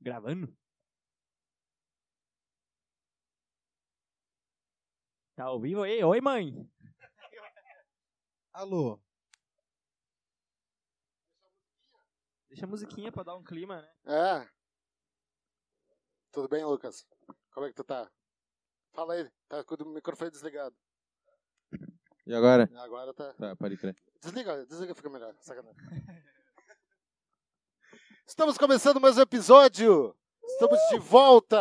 Gravando? Tá ao vivo aí? Oi, mãe! Alô, Deixa a musiquinha pra dar um clima, né? É. Tudo bem, Lucas? Como é que tu tá? Fala aí, tá com o microfone desligado. e agora? Agora tá. Tá, pode crer. Desliga, desliga, fica melhor. Sacanagem. Estamos começando mais um episódio! Estamos de volta!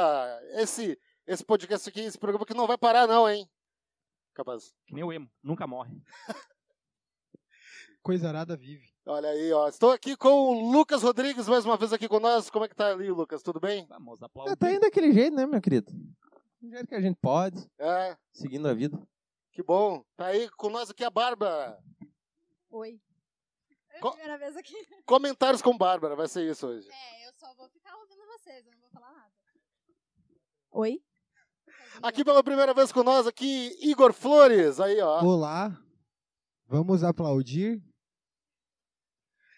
Esse, esse podcast aqui, esse programa que não vai parar, não, hein? Capaz. Que nem o emo, nunca morre. Coisarada vive. Olha aí, ó. Estou aqui com o Lucas Rodrigues mais uma vez aqui com nós. Como é que tá ali, Lucas? Tudo bem? Vamos Ah, aplaudir. tá indo daquele jeito, né, meu querido? Do jeito que a gente pode, É, seguindo a vida. que bom. Tá aí com nós aqui a Bárbara. Oi. É a Co- primeira vez aqui. Comentários com Bárbara, vai ser isso hoje. É, eu só vou ficar ouvindo vocês, eu não vou falar nada. Oi? Aqui pela primeira vez com nós aqui, Igor Flores. Aí, ó. Olá, vamos aplaudir.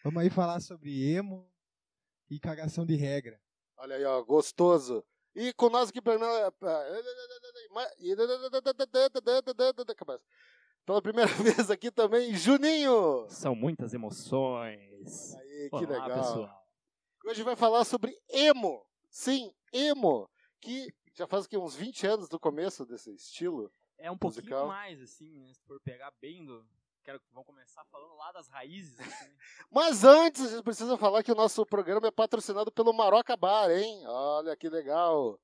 Vamos aí falar sobre emo e cagação de regra. Olha aí, ó, gostoso. E com nós aqui é, pela é, pela primeira vez aqui também, Juninho. São muitas emoções. Aí, que Olá, legal. pessoal. Hoje vai falar sobre emo. Sim, emo, que já faz aqui uns 20 anos do começo desse estilo. É um pouquinho Musical. mais, assim, né, se for pegar bem do... Quero que vão começar falando lá das raízes, assim. Mas antes, a gente precisa falar que o nosso programa é patrocinado pelo Maroca Bar, hein? Olha que legal.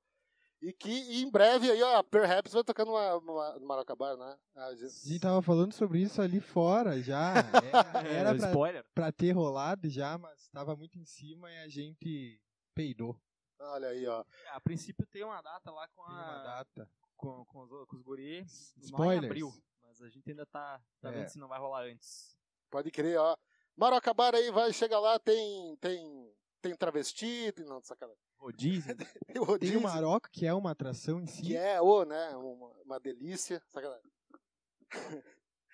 E que e em breve aí, ó, Perhaps vai tocar numa, numa- no Maroca Bar, né? Ah, A gente- gente tava falando sobre isso ali fora já. Era, É, era pra, spoiler. pra ter rolado já, mas tava muito em cima e a gente peidou Olha aí, ó. A princípio tem uma data lá com Tem uma a... data. Com, com os, com os guris. lá em Spoilers. abril. Mas a gente ainda tá, tá É. vendo se não vai rolar antes. Pode crer, ó. Maroca Bar aí, vai, chega lá, tem. tem. Tem travesti, tem. Não, sacanagem. Rodízio. Tem um rodízio, Tem o Maroca, que é uma atração em si. que é, ô, né? Uma, uma delícia. Sacanagem.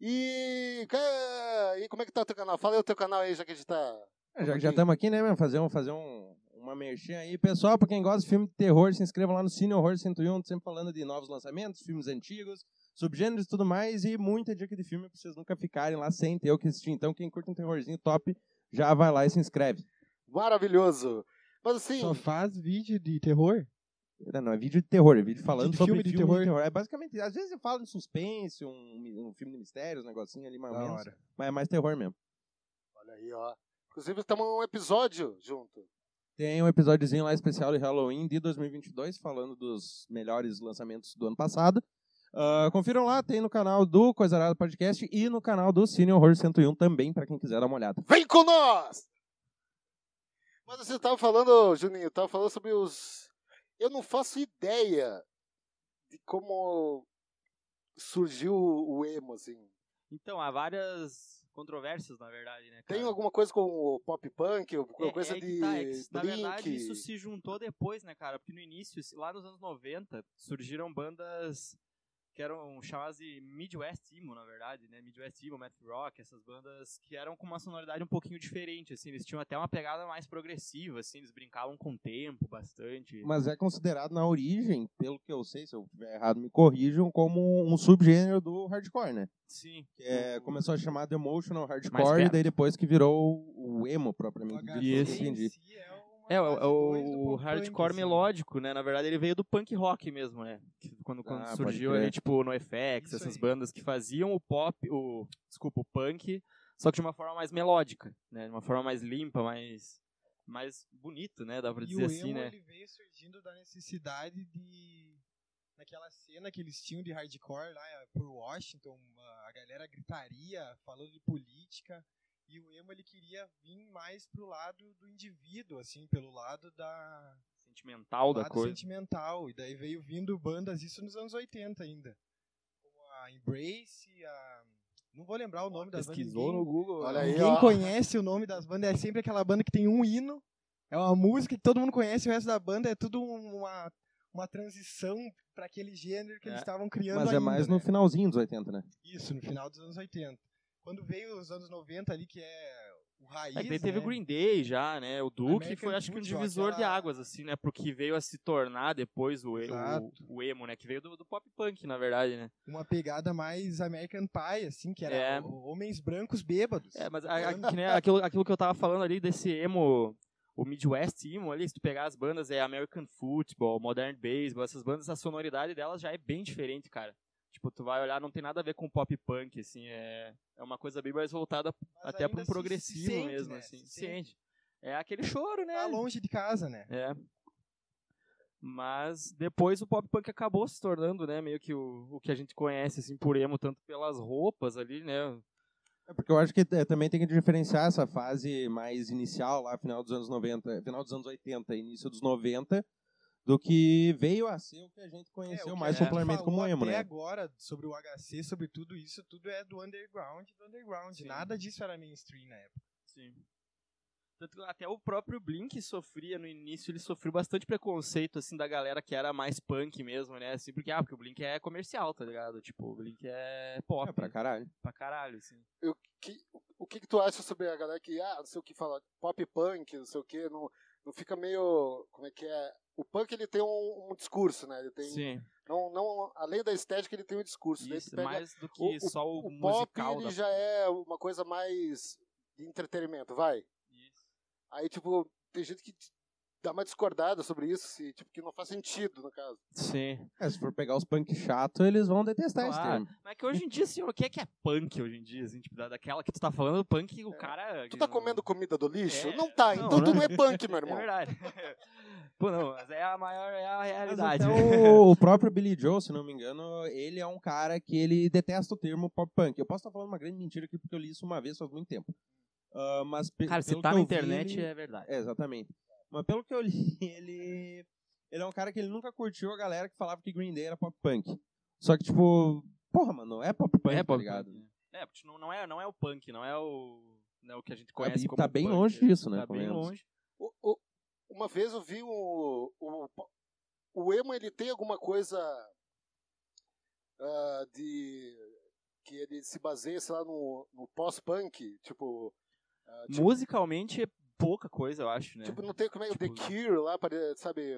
E, ca- e como é que tá o teu canal? Fala aí o teu canal aí, já que a gente tá. É, Já que já estamos aqui, né, meu? Fazer, um, fazer um, uma merchan aí. Pessoal, pra quem gosta de filme de terror, se inscreva lá no Cine Horror 101, sempre falando de novos lançamentos, filmes antigos, subgêneros e tudo mais, e muita dica de filme pra vocês nunca ficarem lá sem ter o que assistir. Então, quem curte um terrorzinho top, já vai lá e se inscreve. Maravilhoso. Mas assim. Só faz vídeo de terror. Não, não, é vídeo de terror, é vídeo falando de sobre filme de terror. É basicamente, às vezes eu falo de suspense, um, um filme de mistérios, um negocinho ali mais ou Da menos, hora. mas é mais terror mesmo. Olha aí, ó. Inclusive, estamos um episódio junto. Tem um episódiozinho lá especial de Halloween de 2022, falando dos melhores lançamentos do ano passado. Ah, confiram lá, tem no canal do Coisarada Podcast e no canal do Cine Horror 101 também, pra quem quiser dar uma olhada. Vem com nós! Mas você tava falando, Juninho, tava falando sobre os. Eu não faço ideia de como surgiu o emo, assim. Então, há várias controvérsias, na verdade, né, cara? Tem alguma coisa com o pop punk, É- alguma coisa é que de tá, é que isso- Na Blink? verdade, isso se juntou depois, né, cara? Porque no início, se- lá nos anos 90, surgiram bandas que eram chamadas de Midwest Emo, na verdade, né? Midwest Emo, Math Rock, essas bandas que eram com uma sonoridade um pouquinho diferente, assim. Eles tinham até uma pegada mais progressiva, assim. Eles brincavam com o tempo bastante. Mas é considerado na origem, pelo que eu sei, se eu estiver errado, me corrijam, como um subgênero do hardcore, né? Sim. Que é- Uhum. começou a chamar de emotional Mais hardcore, perto. e daí depois que virou o emo propriamente. O dito, Isso. assim, de- si é uma É, o, fase dois do o, o pop punk, hardcore assim. melódico, né? Na verdade, ele veio do punk rock mesmo, né? Que Quando, quando Ah, pode surgiu crer. ali, tipo, no FX, Isso essas aí. bandas que faziam o pop, o. Desculpa, o punk, só que de uma forma mais melódica, né? De uma forma mais limpa, mais. Mais bonito, né? Dá pra E dizer o assim, emo, né? ele veio surgindo da necessidade de... Naquela cena que eles tinham de hardcore lá eh, por Washington, uma- a galera gritaria, falando de política, e o emo ele queria vir mais pro lado do indivíduo, assim, pelo lado da... Sentimental da lado coisa. sentimental, e daí veio vindo bandas, isso nos anos 80 ainda, como a Embrace, a... Não vou lembrar o nome das bandas. Pesquisou ninguém- no Google. Olha aí, Ninguém ó. conhece o nome das bandas, é sempre aquela banda que tem um hino, é uma música que todo mundo conhece, o resto da banda é tudo uma, uma transição para aquele gênero que É, eles estavam criando Mas é ainda, mais né? no finalzinho dos 80, né? Isso, no final dos anos 80. Quando veio os anos 90 ali, que é o raiz, É que daí teve né? É o Green Day já, né? O Duke American foi, acho que, um Football, divisor de aquela- águas, assim, né? Pro que veio a se tornar depois o, e- o, Exato. o emo, né? Que veio do, do pop punk, na verdade, né? Uma pegada mais American Pie, assim, que era É. o- homens brancos bêbados. É, mas a- a- que nem aquilo, aquilo que eu tava falando ali desse emo, o Midwest emo ali, se tu pegar as bandas, é American Football, Modern Baseball, essas bandas, a sonoridade delas já é bem diferente, cara. Tipo, tu vai olhar, não tem nada a ver com pop punk, assim, é, é uma coisa bem mais voltada Mas até pra ainda um se- se progressivo sente, mesmo, né? assim. Se Se sente. É aquele choro, né? Tá longe de casa, né? É. Mas depois o pop punk acabou se tornando, né, meio que o, o que a gente conhece, assim, por emo, tanto pelas roupas ali, né, É porque eu acho que eh, também tem que diferenciar essa fase mais inicial, lá final dos anos 90, final dos anos 80, início dos 90, do que veio a ser o que a gente É, o conheceu que a mais gente popularmente falou como emo, até né? agora sobre o HC, sobre tudo isso, tudo é do underground, do underground. Sim. Nada disso era mainstream na época. Sim. Tanto que até o próprio Blink sofria no início, ele sofreu bastante preconceito, assim, da galera que era mais punk mesmo, né? Assim, porque, ah, porque o Blink é comercial, tá ligado? Tipo, o Blink é pop É, pra caralho. pra caralho, assim. Eu- que- o que, que tu acha sobre a galera que, ah, não sei o que fala, pop punk, não sei o que, não, não fica meio. Como é que é? O punk ele tem um, um discurso, né? Ele tem. Sim, Não, não, além da estética, ele tem um discurso. Daí tu isso, pega mais do que o- o- só o, o pop, musical ele da... já é uma coisa mais de entretenimento, vai. Isso. Aí, tipo, tem gente que dá uma discordada sobre isso, se, tipo, que não faz sentido, no caso. Sim, É, se for pegar os punk chato, eles vão detestar esse claro. termo. Mas que hoje em dia, assim, o que é que é punk hoje em dia, assim? Tipo, da- daquela que tu tá falando, punk, o cara... Tu tá comendo comida do lixo? É, não tá, não, então tu né? não é punk, meu É irmão. verdade. Pô, não, mas é a maior, é a Mas realidade. então, o próprio Billy Joe, se não me engano, ele é um cara que ele detesta o termo pop punk. Eu posso estar falando uma grande mentira aqui, porque eu li isso uma vez faz muito tempo. Ah, mas pe- Cara, se pelo tá que na eu vi, internet, ele- é verdade. É, exatamente. Mas pelo que eu li, ele. Ele é um cara que ele nunca curtiu a galera que falava que Green Day era pop punk. Só que, tipo, porra, mano, é pop punk, tá ligado? punk. É, porque não, não é, não é o punk, não é o, não é o que a gente Tá, conhece e como tá bem punk, longe né? disso, né? Tá pelo bem menos. longe. O- o- uma vez eu vi o, o, o emo, ele tem alguma coisa ah, de que ele se baseia, sei lá, no, no pós-punk, tipo, ah, tipo, Musicalmente é pouca coisa, eu acho, né? tipo, não tem como é, o The Tipo- Cure lá, pare- sabe,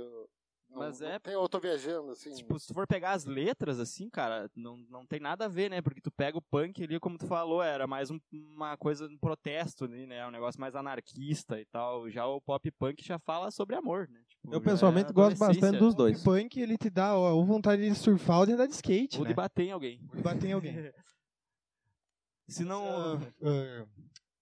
não, Mas não é- tem, eu tô viajando, assim, Tipo, se tu for pegar as letras, assim, cara, não, não tem nada a ver, né? Porque tu pega o punk ali, como tu falou, era mais um- uma coisa, um protesto ali, né? Um negócio mais anarquista e tal. Já o pop punk já fala sobre amor, né? Tipo, Eu, já pessoalmente, é gosto adolescência, bastante dos né? dois. O punk, ele te dá ó, ou vontade de surfar ou de andar de skate, Ou de né? bater em alguém. Ou de bater em alguém. Se não... Ah, ah,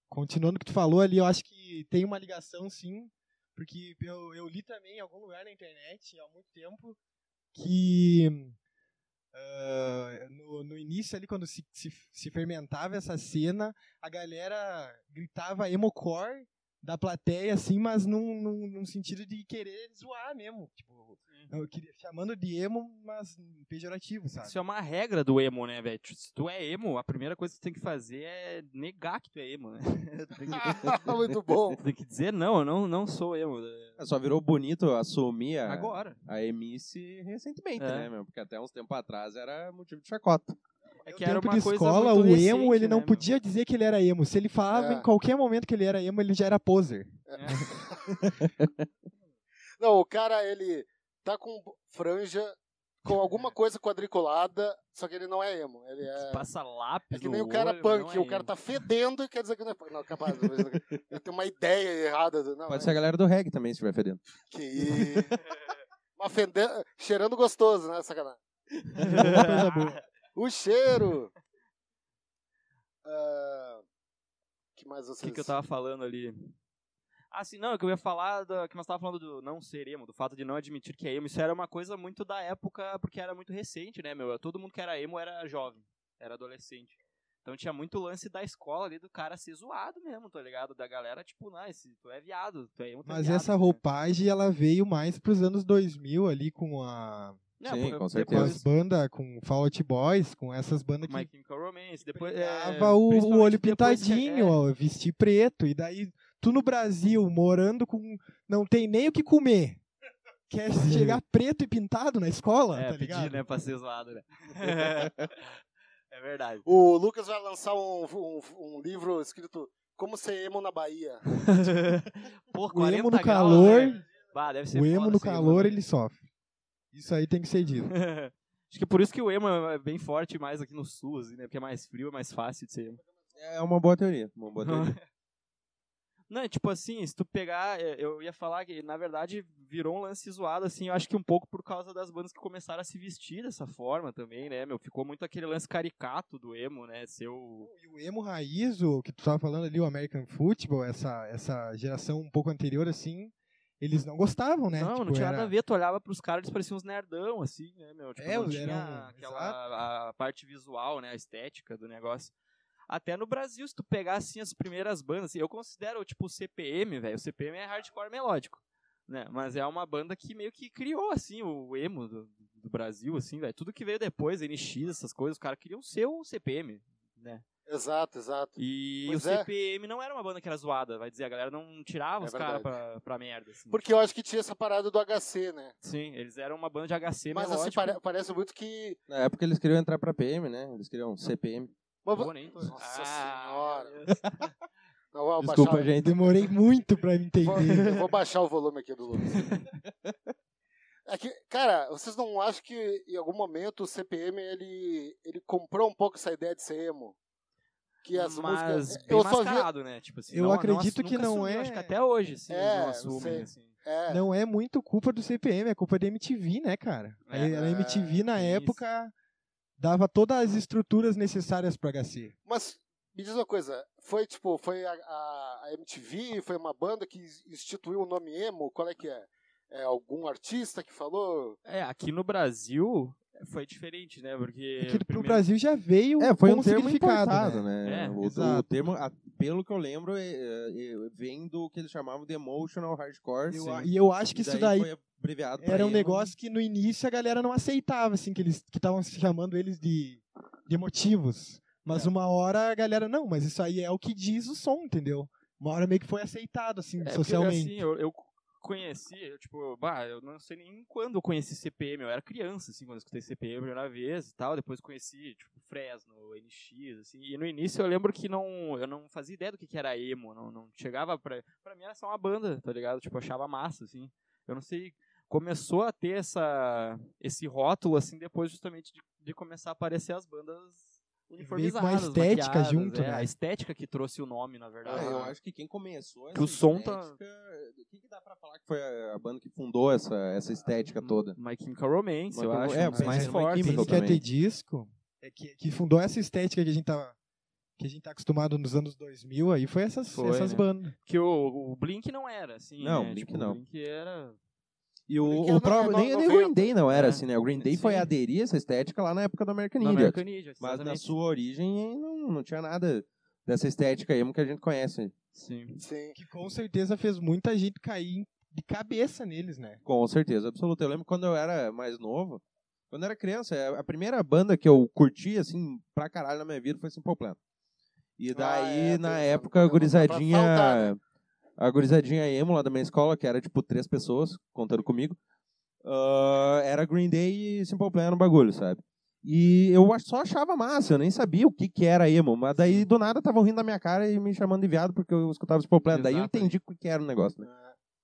continuando o que tu falou ali, eu acho que tem uma ligação sim, porque eu, eu li também em algum lugar na internet há muito tempo que ah, no, no início ali, quando se, se, se fermentava essa cena, a galera gritava emocore da plateia, assim, mas num, num, num sentido de querer zoar mesmo. Tipo, eu queria- chamando de emo, mas pejorativo, sabe? Isso é uma regra do emo, né, velho? Se tu é emo, a primeira coisa que tu tem que fazer é negar que tu é emo, né? tu tem que, Ah, muito bom. tu tem que dizer, não, eu não, não sou emo. É. né? É, Só virou bonito assumir a, Agora. a Emice recentemente, É. né, meu? Porque até uns tempos atrás era motivo de chacota. É No que era tempo uma de coisa escola, muito o emo, recente, ele não né, podia dizer que ele era emo. Se ele É. falava em qualquer momento que ele era emo, ele já era poser. meu? É. Não, o cara, ele tá com franja, com alguma coisa quadriculada, só que ele não é emo. Ele é. Passa lápis É que no nem o cara olho, punk, não é o cara emo. tá fedendo e quer dizer que não é punk. Não, capaz, às vezes ele tem uma ideia errada. do- Não, Pode é ser a galera do reggae também, se estiver fedendo. que. Uma fende- Cheirando gostoso, né, sacanagem? É Coisa boa. O cheiro! Ah, que mais O vocês... que, que eu tava falando ali? Ah, sim, não, é que eu ia falar da, que nós tava falando do não ser emo, do fato de não admitir que é emo. Isso era uma coisa muito da época, porque era muito recente, né, meu? Todo mundo que era emo era jovem, era adolescente. Então tinha muito lance da escola ali do cara ser zoado mesmo, tá ligado? Da galera, tipo, não, esse, tu é viado, tu é emo, tu é Mas viado", essa né? roupagem, ela veio mais pros anos 2000 ali com a Não, Sim, pô, com com certeza. depois- as bandas, com Fall Out Boys, com essas bandas que My Chemical Romance, depois... é, tava o, o olho principalmente depois que- é, pintadinho, ó, vestir preto. E daí, tu no Brasil, morando com... Não tem nem o que comer. Quer chegar preto e pintado na escola, É, é tá ligado? pedir, né, pra ser zoado, né? é verdade. O Lucas vai lançar um, um- um livro escrito Como ser emo na Bahia. Por O 40 emo no graus, calor, né? Bah, deve ser o emo foda no ser calor, né? ele sofre. Isso aí tem que ser dito. Acho que é por isso que o emo é bem forte mais aqui no sul, assim, né? Porque é mais frio, é mais fácil de ser emo. É uma boa teoria. Uma boa teoria. Não, é tipo assim, se tu pegar, é, eu ia falar que na verdade virou um lance zoado, assim, eu acho que um pouco por causa das bandas que começaram a se vestir dessa forma também, né, meu? Ficou muito aquele lance caricato do emo, né? Seu. E o emo raiz, o que tu tava falando ali, o American Football, essa, essa geração um pouco anterior, assim, eles não gostavam, né? não, Tipo, não tinha era- nada a ver, tu olhava pros caras, eles pareciam uns nerdão, assim, né, meu? Tipo, É, não eles tinha eram- exato. aquela a parte visual, né? A estética do negócio. Até no Brasil, se tu pegar assim as primeiras bandas, assim, eu considero tipo o CPM, velho. O CPM é hardcore melódico. né? Mas é uma banda que meio que criou, assim, o emo do, do Brasil, assim, velho. Tudo que veio depois, NX, essas coisas, os caras queriam ser o CPM, né? Exato, exato. E Pois o é. CPM não era uma banda que era zoada, vai dizer, a galera não tirava É os caras verdade. pra, pra merda, assim. Porque eu acho que tinha essa parada do HC, né? Sim, eles eram uma banda de HC Mas assim, melódico. pare- parece muito que. Na época eles queriam entrar pra PM, né? Eles queriam CPM. Mas- Pô, nem tô- Nossa Ah, senhora. meu Deus. Não, vou Desculpa, baixar... gente. Demorei muito pra me Vou, entender. eu vou baixar o volume aqui do Lucas. É que, cara, vocês não acham que em algum momento o CPM ele, ele comprou um pouco essa ideia de ser emo? Que as Mas músicas. bem Eu só vi. mascarado, né? Tipo assim, Eu não- não acredito ass- que nunca não assumiu, é- Acho que até hoje, assim, É, não não assumem, sei. assim. É, Não é muito culpa do CPM, é culpa da MTV, né, cara? A- É, a MTV, na isso. época, dava todas as estruturas necessárias pro HC. Mas me diz uma coisa, foi tipo, foi a, a- a MTV, foi uma banda que instituiu o nome emo? Qual é que é? É algum artista que falou? É, aqui no Brasil foi diferente, né? Porque. É que pro primeiro- Brasil já veio É, foi com um termo significado, importado, né? né? É, o, o exato. termo, a- pelo que eu lembro, é, é, é, vem do que eles chamavam de emotional hardcore. Eu sim. a- e eu acho que E isso daí foi abreviado Tá pra era um emo. negócio que no início a galera não aceitava, assim, que eles que estavam chamando eles de, de motivos. É. Mas uma hora a galera, não, mas isso aí é o que diz o som, entendeu? Uma hora meio que foi aceitado, assim, É, porque, socialmente. assim, eu, eu conheci, eu, tipo, bah, eu não sei nem quando eu conheci CPM, eu era criança, assim, quando eu escutei CPM a primeira vez e tal, depois conheci, tipo, Fresno, NX, assim, e no início eu lembro que não, eu não fazia ideia do que, que era emo, não, não chegava pra, pra mim era só uma banda, tá ligado? Tipo, eu achava massa, assim, eu não sei, começou a ter essa, esse rótulo, assim, depois justamente de, de começar a aparecer as bandas É uniformizadas, estética maquiadas, junto, é, né? A estética que trouxe o nome, na Ah, verdade. eu né? acho que quem começou essa Que o som tá- estética- O que, que dá pra falar que foi a, a banda que fundou essa, essa estética toda? My Chemical Hum, Romance, My eu Chemical- acho, é, um dos mas mais My fortes. Chemical Quem assim. quer também. ter disco, é que, que fundou essa estética que a gente tava que a gente tá acostumado nos anos 2000 aí foi essas Foi, essas né? bandas. Que o, o Blink não era, assim, Não, né? Blink Tipo, não. O Blink era... E o, Porque o não- próprio. não- nem, não nem o veio- Green Day não era É. assim, né? O Green Day foi Sim. aderir essa estética lá na época do American Na Idiot. American Idiot, Mas na exatamente. sua origem não, não tinha nada dessa estética emo que a gente conhece. Sim. Sim. Que com certeza fez muita gente cair de cabeça neles, né? Com certeza, absoluta. Eu lembro quando eu era mais novo, quando eu era criança, é, a primeira banda que eu curti, assim, pra caralho na minha vida foi Simple Plan. E daí, é, na tem- época, não a dá pra gurizadinha... faltar, né? A gurizadinha emo lá da minha escola, que era, tipo, três pessoas, contando comigo, ah, era Green Day e Simple Plan no bagulho, sabe? E eu ach- só achava massa, eu nem sabia o que que era emo, mas daí do nada estavam rindo da minha cara e me chamando de viado porque eu escutava Simple Plan. Daí eu Exato. entendi o que que era o negócio, né?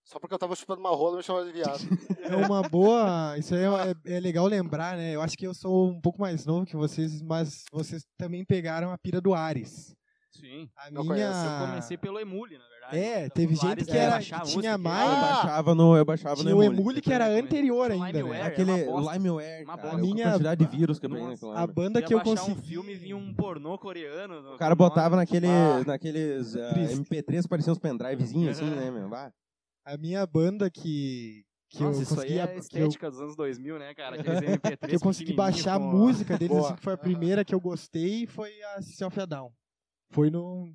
Só porque eu tava chupando uma rola e me chamava de viado. É uma boa. Isso aí é, é legal lembrar, né? Eu acho que eu sou um pouco mais novo que vocês, mas vocês também pegaram a pira do Ares. Sim. A Não minha. conheço, Eu comecei pelo Emule, na verdade. Ah. É, Eu- teve os gente lares que dele era- baixavam que música, tinha que era- mais- Eu Ah! baixava no, eu baixava Tinha no o Emule. Emule que era anterior ainda, Limeware, né? era Aquele uma bosta. Limeware, Uma cara, bosta. minha... Minha- quantidade de vírus que eu tenho Nossa. naquela A arma. banda Ia que eu baixar um consegui. filme e vinha um pornô coreano. O cara botava naquele, Ah. naqueles ah, Triste. MP3 que pareciam uns pendrivezinhos assim, né, meu? Vá. A minha banda que. Que Nossa, eu isso aí consegui, é que a eu- estética dos anos 2000, né, cara? Aqueles MP3 que eu consegui pequenininho baixar a com- música deles, Boa. assim, que foi a Aham. primeira que eu gostei, foi a Self a Down. Foi no.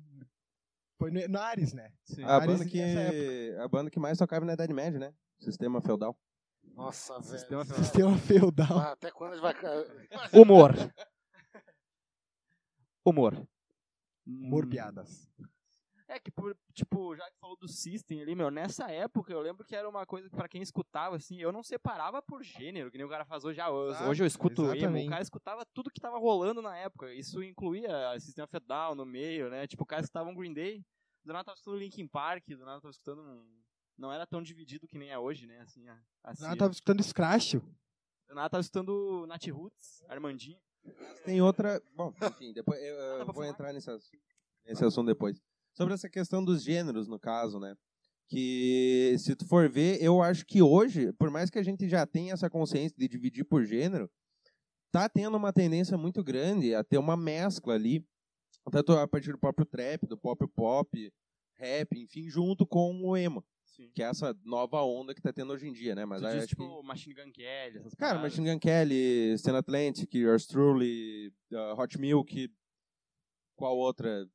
Foi no, no Ares, né? Sim. A Ares banda, nessa que, a banda que mais tocava na Idade Média, né? Sistema feudal. Nossa, velho. Sistema feudal. Sistema feudal. Ah, até quando a gente vai. Humor. Humor. Humor, Hum. piadas. É que, por, tipo, já que falou do System ali, meu, nessa época eu lembro que era uma coisa que pra quem escutava, assim, eu não separava por gênero, que nem o cara faz hoje. Ah, hoje Exato, hoje eu escuto emo. exatamente. O cara escutava tudo que tava rolando na época. Isso incluía System of a Down no meio, né? Tipo, o cara escutava um Green Day, Do nada eu tava escutando Linkin Park, do nada eu tava escutando um... Não era tão dividido que nem é hoje, né? Assim, a, a Ela cena. tava escutando Scratch. Do nada eu tava escutando Nat Roots, Armandinho. Tem outra. Bom, enfim, depois eu, eu dá pra vou falar. entrar nesse, ass- nesse assunto depois. Sobre essa questão dos gêneros, no caso, né? Que se tu for ver, eu acho que hoje, por mais que a gente já tenha essa consciência de dividir por gênero, tá tendo uma tendência muito grande a ter uma mescla ali, tanto a partir do próprio trap, do próprio pop, rap, enfim, junto com o emo, Sim. que é essa nova onda que tá tendo hoje em dia, né? Mas tu aí diz, acho que- tipo, Machine Gun Kelly, essas Cara, paradas. Machine Gun Kelly, Stan Atlantic, Yours Truly, uh, Hot Milk, qual outra?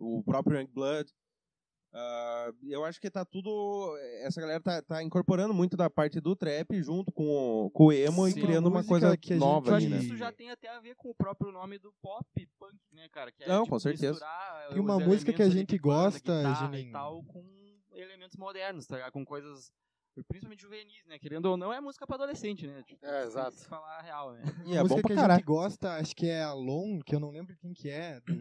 O próprio Youngblood. Blood. eu acho que tá tudo... Essa galera tá, tá incorporando muito da parte do trap junto com o, com o emo Sim, e criando a uma música coisa que a gente nova ali, Acho né? que Isso já tem até a ver com o próprio nome do pop punk, né, cara? Que é, Não, tipo, com certeza. misturar Tem uma os música que a elementos ali gente de banda, gosta, guitarra Juninho. E tal, com elementos modernos, tá ligado? Com coisas, principalmente juvenis, né? Querendo ou não, é música pra adolescente, né? Tipo, É, exato. Tem que se falar a real, né? E é música bom pra que a caralho. gente gosta, acho que é Alone, que eu não lembro quem que é. Do,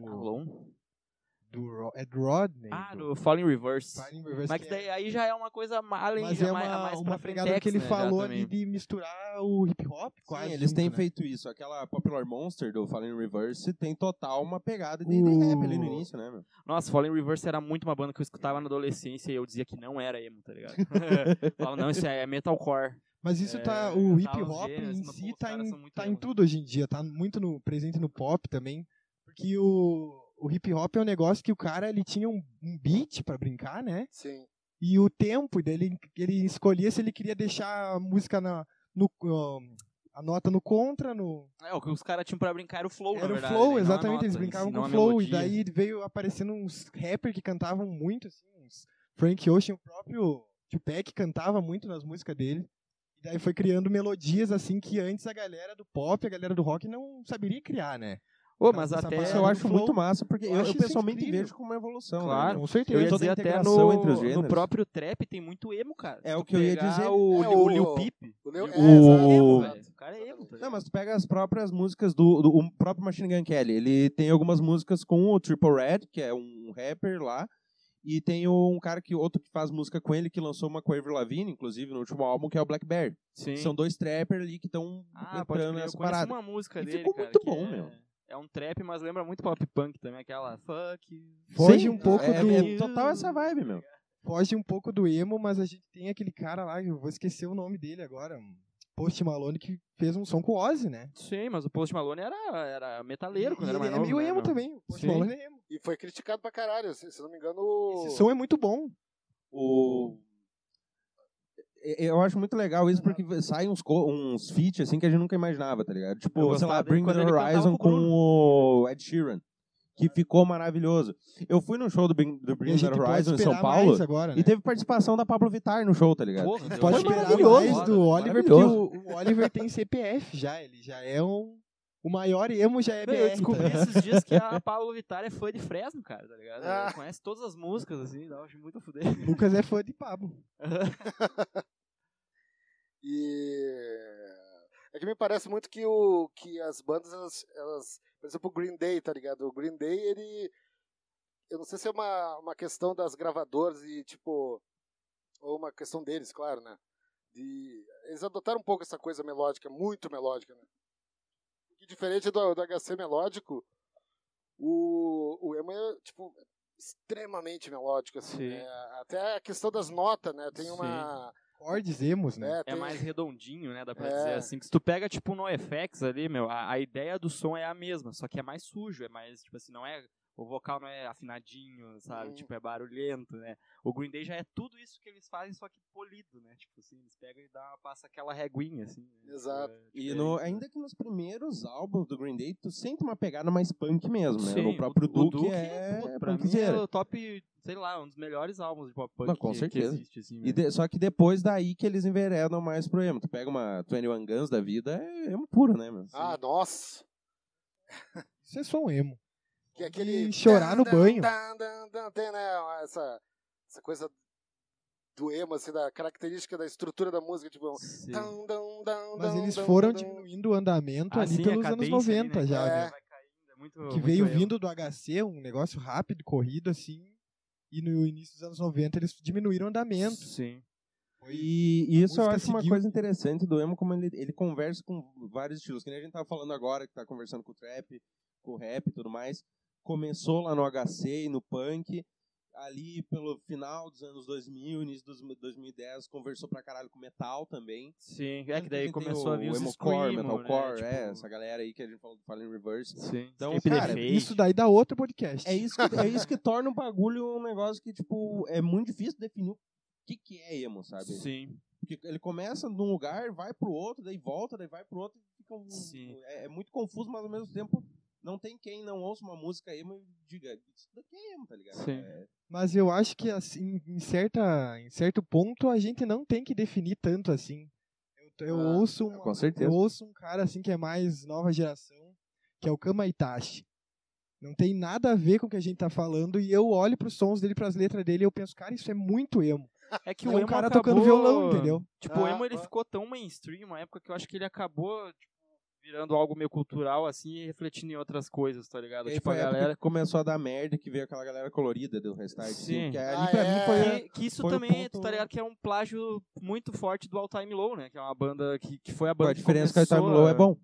do, Ro- é do Rodney. Ah, do, do Falling Reverse. Fire in Reverse, Mas que que é- daí aí já é uma coisa ma- além Mas já é mais, uma, mais uma pra pegada que ele frentex, né, já falou ali também. de misturar o hip hop quase. Sim, eles têm junto, né? feito isso. Aquela Popular Monster do Fallen Reverse tem total uma pegada de, de O- rap ali no início, né, meu? Nossa, Falling Reverse era muito uma banda que eu escutava na adolescência e eu dizia que não era emo, tá ligado? Falava, não, isso é metalcore. Mas isso É, tá. O tá hip hop os gêneros, em mas, si pô, os tá caras em, são muito né? tá em emo. tudo hoje em dia, tá muito no, presente no pop também. Porque o, o hip hop é um negócio que o cara ele tinha um, um beat pra brincar, né? Sim. E o tempo dele, ele escolhia se ele queria deixar a música na, no, ó, a nota no contra, no. É, o que os caras tinham pra brincar era o flow, na Era o verdade. flow, né? Não a exatamente, eles nota, brincavam não com o a flow. E melodia. daí veio aparecendo uns rappers que cantavam muito, assim, uns Frank Ocean, o próprio Tupac cantava muito nas músicas dele. E daí foi criando melodias, assim, que antes a galera do pop, a galera do rock não saberia criar, né? Ô, mas Essa até... É, Isso eu no acho flow, muito massa, porque eu eu, eu acho isso pessoalmente incrível. vejo como uma evolução. né, Claro. meu? Com certeza. Ah, Eu ia toda dizer a até integração no, entre os no gêneros. próprio trap tem muito emo, cara. É Se o tu que eu ia pegar dizer. O, É, Lil- o- o Lil Peep. O Leo, O- é, exato, Emo, o- exato. velho. O cara é emo, tá Não, ligado? mas tu pega as próprias músicas do, do o próprio Machine Gun Kelly. Ele tem algumas músicas com o Triple Red, que é um rapper lá. E tem um cara que outro que faz música com ele, que lançou uma com a Avril Lavigne, inclusive, no último álbum, que é o Black Bear. Sim. São dois trappers ali que estão Ah, pode entrando crer, eu nessa conheço parada. uma música E dele, ficou cara, muito que bom, é... meu. É um trap, mas lembra muito pop punk também, aquela fuck you. Foge Sim, um pouco é, do. é total essa vibe, meu. Foge um pouco do emo, mas a gente tem aquele cara lá, eu vou esquecer o nome dele agora, um Post Malone, que fez um som com o Ozzy, né? Sim, mas o Post Malone era, era metaleiro quando E era ele mais é novo. meio né, emo meu? também. O Post Sim. Malone é emo. E foi criticado pra caralho, se, se não me engano. o- Esse som é muito bom. O... E- Eu acho muito legal isso, porque saem uns, co- uns feats assim que a gente nunca imaginava, tá ligado? Eu Tipo, sei gostava lá, dele Bring quando the ele cantava Horizon com o com o Ed Sheeran, que ficou maravilhoso. Eu fui no show do Bring, do E Bring a the gente pode Horizon em São esperar Paulo mais agora, né? e teve participação da Pablo Vittar no show, tá ligado? Pô, mas eu Pode achei esperar é maravilhoso. mais do Oliver, porque maravilhoso. o, o Oliver tem CPF já, ele já é um... O maior emo já é BR, Meu, eu tá descobri ligado? esses dias que a Paula Vittar é fã de Fresno, cara, tá ligado? Ela Ah. conhece todas as músicas, assim, eu acho muito fuder. Lucas é fã de Pablo. E é que me parece muito que, o, que as bandas, elas, elas- por exemplo, o Green Day, tá ligado? O Green Day, ele. Eu não sei se é uma, uma questão das gravadoras e, tipo. Ou uma questão deles, claro, né? De, eles adotaram um pouco essa coisa melódica, muito melódica, né? E diferente do, do HC melódico, o, o emo é, tipo, extremamente melódico, assim. Sim. né? Até a questão das notas, né? Tem uma. Cordes emos, né? né, É tem- mais redondinho, né, dá pra É. dizer assim. Que se tu pega, tipo, no FX ali, meu, a, a ideia do som é a mesma, só que é mais sujo, é mais, tipo assim, não é... O vocal não é afinadinho, sabe? Hum. Tipo, é barulhento, né? O Green Day já é tudo isso que eles fazem, só que polido, né? Tipo assim, eles pegam e dá, passa aquela reguinha, assim. né? Exato. É E no- diferente, né? ainda que nos primeiros álbuns do Green Day, tu sente uma pegada mais punk mesmo, né? Sim, o próprio o Duke, Duke é, Pô, é pra mim é punkzeiro. o top, sei lá, um dos melhores álbuns de pop punk Não, com que, certeza. que existe, assim, E né? de- só que depois daí que eles enveredam mais pro emo. Tu pega uma 21 Guns da vida, é emo puro, né, meu? assim. Ah, nossa! Isso é só um emo. Que é aquele. E chorar no banho. Dan, dan, dan, tem, né, essa, essa coisa do emo, assim, da característica da estrutura da música, tipo. Sim. dan, dan, dan, Mas dan, eles dan, foram dan. diminuindo o andamento Ah, ali sim, a pelos anos cadência ali, 90 né, já, cara, É. né? vai caindo, é muito- Que muito veio emo. vindo do HC, um negócio rápido, corrido, assim. E no início dos anos 90 eles diminuíram o andamento. Sim. E, e isso eu música acho uma seguiu- coisa interessante do emo, como ele, ele conversa com vários estilos. Que nem a gente tava falando agora, que tá conversando com o trap, com o rap e tudo mais. Começou lá no HC e no punk. Ali pelo final dos anos 2000, início dos 2010, conversou pra caralho com metal também. Sim, é que Tanto daí gente tem começou a vir o os emocore, screamo, metalcore, né? é, Tipo, essa galera aí que a gente falou do Fallen Reverse. Sim. Então, Escape the cara, Fate. Isso daí dá outro podcast. É isso, que, é isso que torna o bagulho um negócio que, tipo, é muito difícil definir o que, que é emo, sabe? Sim. Porque ele começa num lugar, vai pro outro, daí volta, daí vai pro outro. e Fica um- Sim. é, é muito confuso, mas ao mesmo tempo não tem quem não ouça uma música emo e diga, isso daqui é emo, tá ligado? Sim. É, Mas eu acho que assim, em, certa, em certo ponto a gente não tem que definir tanto assim. Eu, eu Ah, ouço uma- com certeza. eu ouço um cara assim que é mais nova geração, que é o Kama Itachi. Não tem nada a ver com o que a gente tá falando e eu olho pros sons dele, pras letras dele e eu penso, cara, isso é muito emo. É que é o um emo cara acabou... tocando violão, entendeu? Tipo, o Ah, emo ele ah. ficou tão mainstream uma época que eu acho que ele acabou tipo, virando algo meio cultural assim e refletindo em outras coisas, tá ligado? Daí tipo, a foi a época galera é que começou a dar merda que veio aquela galera colorida do Restart. Sim. Sim. Que ali Ah, pra é. mim foi. a- Que, que isso foi o também, tu tá ponto- ligado, que é um plágio muito forte do All Time Low, né? Que é uma banda que, que foi a Pô, banda a diferença que o começou Time Low a- é bom.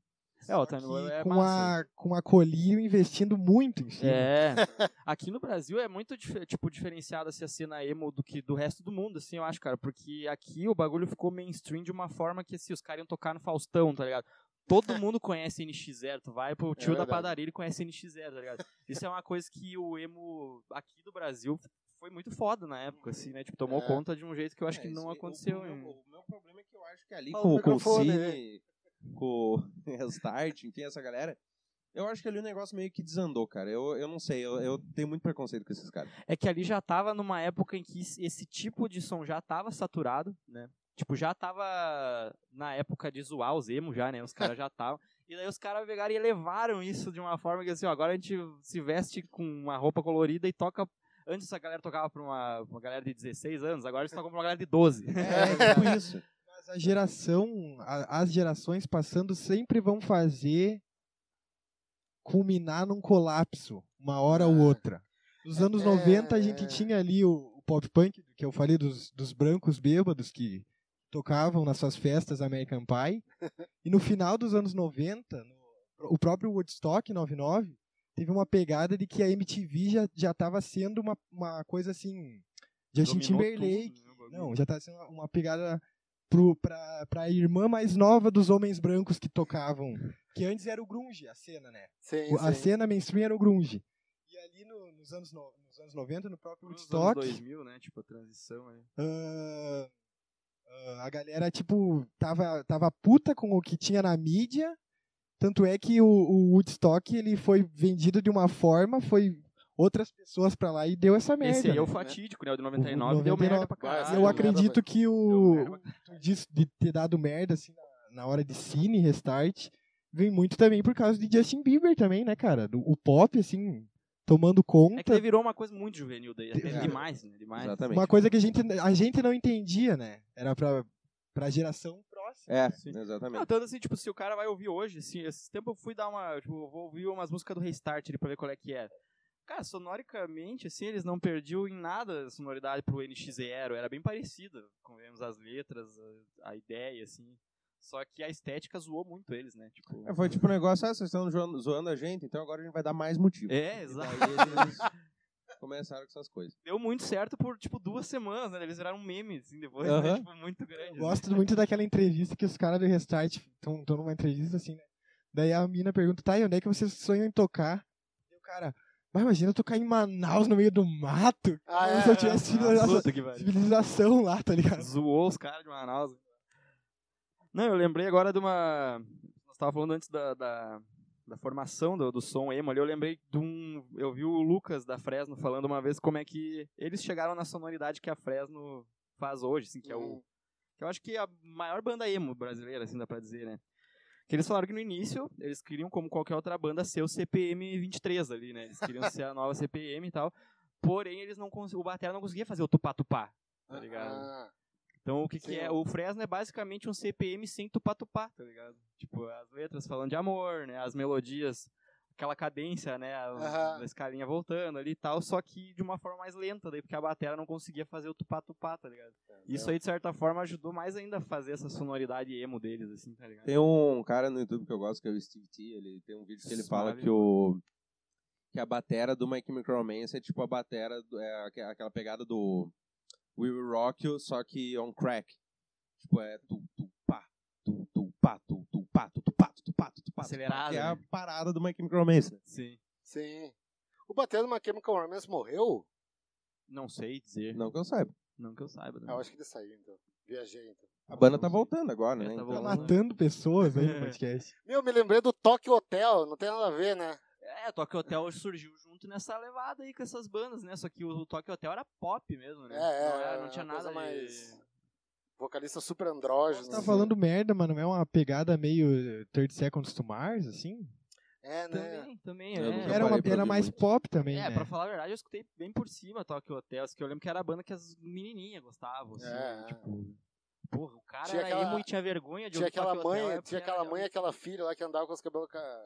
É, o All Time Low Que é com, massa. a, com a Colírio investindo muito em cima. É. Aqui no Brasil é muito dif- tipo diferenciada assim, a cena emo do que do resto do mundo, assim, eu acho, cara, porque aqui o bagulho ficou mainstream de uma forma que assim, os caras iam tocar no Faustão, tá ligado? Todo mundo conhece NX0, tu vai É pro tio da verdade. padaria ele conhece NX0, tá ligado? Isso é uma coisa que o emo aqui do Brasil foi muito foda na época, assim, né? Tipo, tomou É. conta de um jeito que eu acho que É, não esse- aconteceu. O, em- meu, o meu problema é que eu acho que ali Fala com, no com o microfone, Cine, né? com o Restart, enfim, essa galera. Eu acho que ali o negócio meio que desandou, cara. Eu, eu não sei, eu, eu tenho muito preconceito com esses caras. É que ali já tava numa época em que esse- esse tipo de som já tava saturado, né? Tipo, já tava na época de zoar os emo já, né? Os caras já estavam. E daí os caras pegaram e elevaram isso de uma forma que assim, ó, agora a gente se veste com uma roupa colorida e toca. Antes essa galera tocava pra uma, uma galera de 16 anos, agora eles tocam pra uma galera de 12. É, tipo isso. Mas a geração, a- as gerações passando sempre vão fazer culminar num colapso, uma hora ou Ah. outra. Nos anos É. 90 a gente tinha ali o, o pop punk, que eu falei dos, dos brancos bêbados que tocavam nas suas festas American Pie. E no final dos anos 90, no- o próprio Woodstock 99 teve uma pegada de que a MTV já já estava sendo uma, uma coisa assim, Justin Dominou tudo, Timberlake, né, o bagulho. não, já tá sendo uma- uma pegada pro, pra, pra irmã mais nova dos homens brancos que tocavam. Que antes era o grunge, a cena, né? Sim, O- a sim. cena mainstream era o grunge. E ali no- nos, anos no- nos anos 90, no próprio Nos anos Woodstock, 2000, né? Tipo, a transição aí. ah, ah, a galera, tipo, tava, tava puta com o que tinha na mídia. Tanto é que o, o Woodstock, ele foi vendido de uma forma, foi outras pessoas pra lá e deu essa merda. Esse aí é o né? fatídico, né? O de O 99, deu 99. merda pra Mas caralho. eu deu acredito merda, que Deu o, merda pra disso, de ter dado merda assim na, na hora de cine restart vem muito também por causa de Justin Bieber também, né, cara? Do- o pop assim tomando É que daí conta, virou uma coisa muito juvenil daí. Até É. demais, né? Demais. Exatamente. uma coisa que a gente a gente não entendia, né? Era pra pra geração próxima. É, Sim. Não, exatamente. tanto assim, tipo, se o cara vai ouvir hoje, assim, esse tempo eu fui dar uma. Tipo, eu vou ouvir umas músicas do Restart ali pra ver qual é que é. Cara, sonoricamente, assim, eles não perdiam em nada a sonoridade pro NX0. Era bem parecido, convenhamos, as letras, a, a ideia, assim. Só que a estética zoou muito eles, né? Tipo. É, foi tipo um negócio, ah, vocês estão zoando, zoando a gente, então agora a gente vai dar mais motivo. É, E daí exato. eles começaram com essas coisas. Deu muito certo por, tipo, duas semanas, né? Eles viraram um meme, assim, depois, né? Aham. Tipo, muito grande. assim. Gosto muito daquela entrevista que os caras do Restart estão numa entrevista assim, né? Daí a mina pergunta, tá, e onde é que vocês sonham em tocar? E o cara, mas imagina eu tocar em Manaus no meio do mato. Ah, Como é, se eu é. tivesse tido Ah, essa- puta que pariu. civilização lá, tá ligado? Zoou os caras de Manaus. Não, eu lembrei agora de uma. Nós tava falando antes da, da, da formação do, do som emo ali. Eu lembrei de um. Eu vi o Lucas da Fresno falando uma vez como é que eles chegaram na sonoridade que a Fresno faz hoje, assim, que é o. que eu acho que é a maior banda emo brasileira, assim, dá pra dizer, né? Que eles falaram que no início eles queriam, como qualquer outra banda, ser o CPM 23 ali, né? Eles queriam ser a nova CPM e tal. Porém, eles não cons- o Batera não conseguia fazer o tupá-tupá, tá ligado? Ah, Então o que, que Sim, é? ó. O Fresno é basicamente um CPM sem tupá-tupá, tá ligado? Tipo, as letras falando de amor, né? As melodias, aquela cadência, né? A, Aham. a escalinha voltando ali e tal, só que de uma forma mais lenta, daí porque a batera não conseguia fazer o tupá-tupá, tá ligado? É. Isso aí, de certa forma, ajudou mais ainda a fazer essa sonoridade emo deles, assim, tá ligado? É. Tem um cara no YouTube que eu gosto, que é o Steve T. Ele tem um vídeo que ele fala Suave. que o. Que a batera do My Chemical Romance é tipo a batera. do- É aque- aquela pegada do We Will Rock You, só que on crack. Tipo, é tu, tu, pá, tu, tu, pá, tu, tu, pá, tu, tu, pá, tu, tu, pá, tu, tu, pá. tu, Acelerado, Que é a né? parada do My Chemical Romance, né? Sim. Sim. O batera do My Chemical Romance morreu? Não sei dizer. Não que eu saiba. Não que eu saiba. né? Ah, eu acho que ele saiu, então. Viajei, então. A banda tá voltando agora, né? Ela tá Então- Tá voltando. matando pessoas aí no podcast. Meu, me lembrei do Tokyo Hotel, não tem nada a ver, né? É, o Tokyo Hotel surgiu junto nessa levada aí com essas bandas, né? Só que o Tokyo Hotel era pop mesmo, né? É, não, é, era- não uma tinha coisa nada mais. mais- né? Vocalista super andrógeno. Você tá falando merda, mano. Não é uma pegada meio 30 Seconds to Mars, assim? É, né? Também, também. Eu nunca É. Era, uma, parei pra era ouvir mais muito. pop também, É, né? pra falar a verdade, eu escutei bem por cima Tokyo Hotel, assim, que eu lembro que era a banda que as menininhas gostavam, assim, É, é. tipo... Porra, o cara Tinha era aquela- emo e tinha vergonha de ouvir Tinha aquela Tokyo Hotel, mãe, é, tinha porque era aquela legal. mãe e aquela filha lá que andava com os cabelos. ca-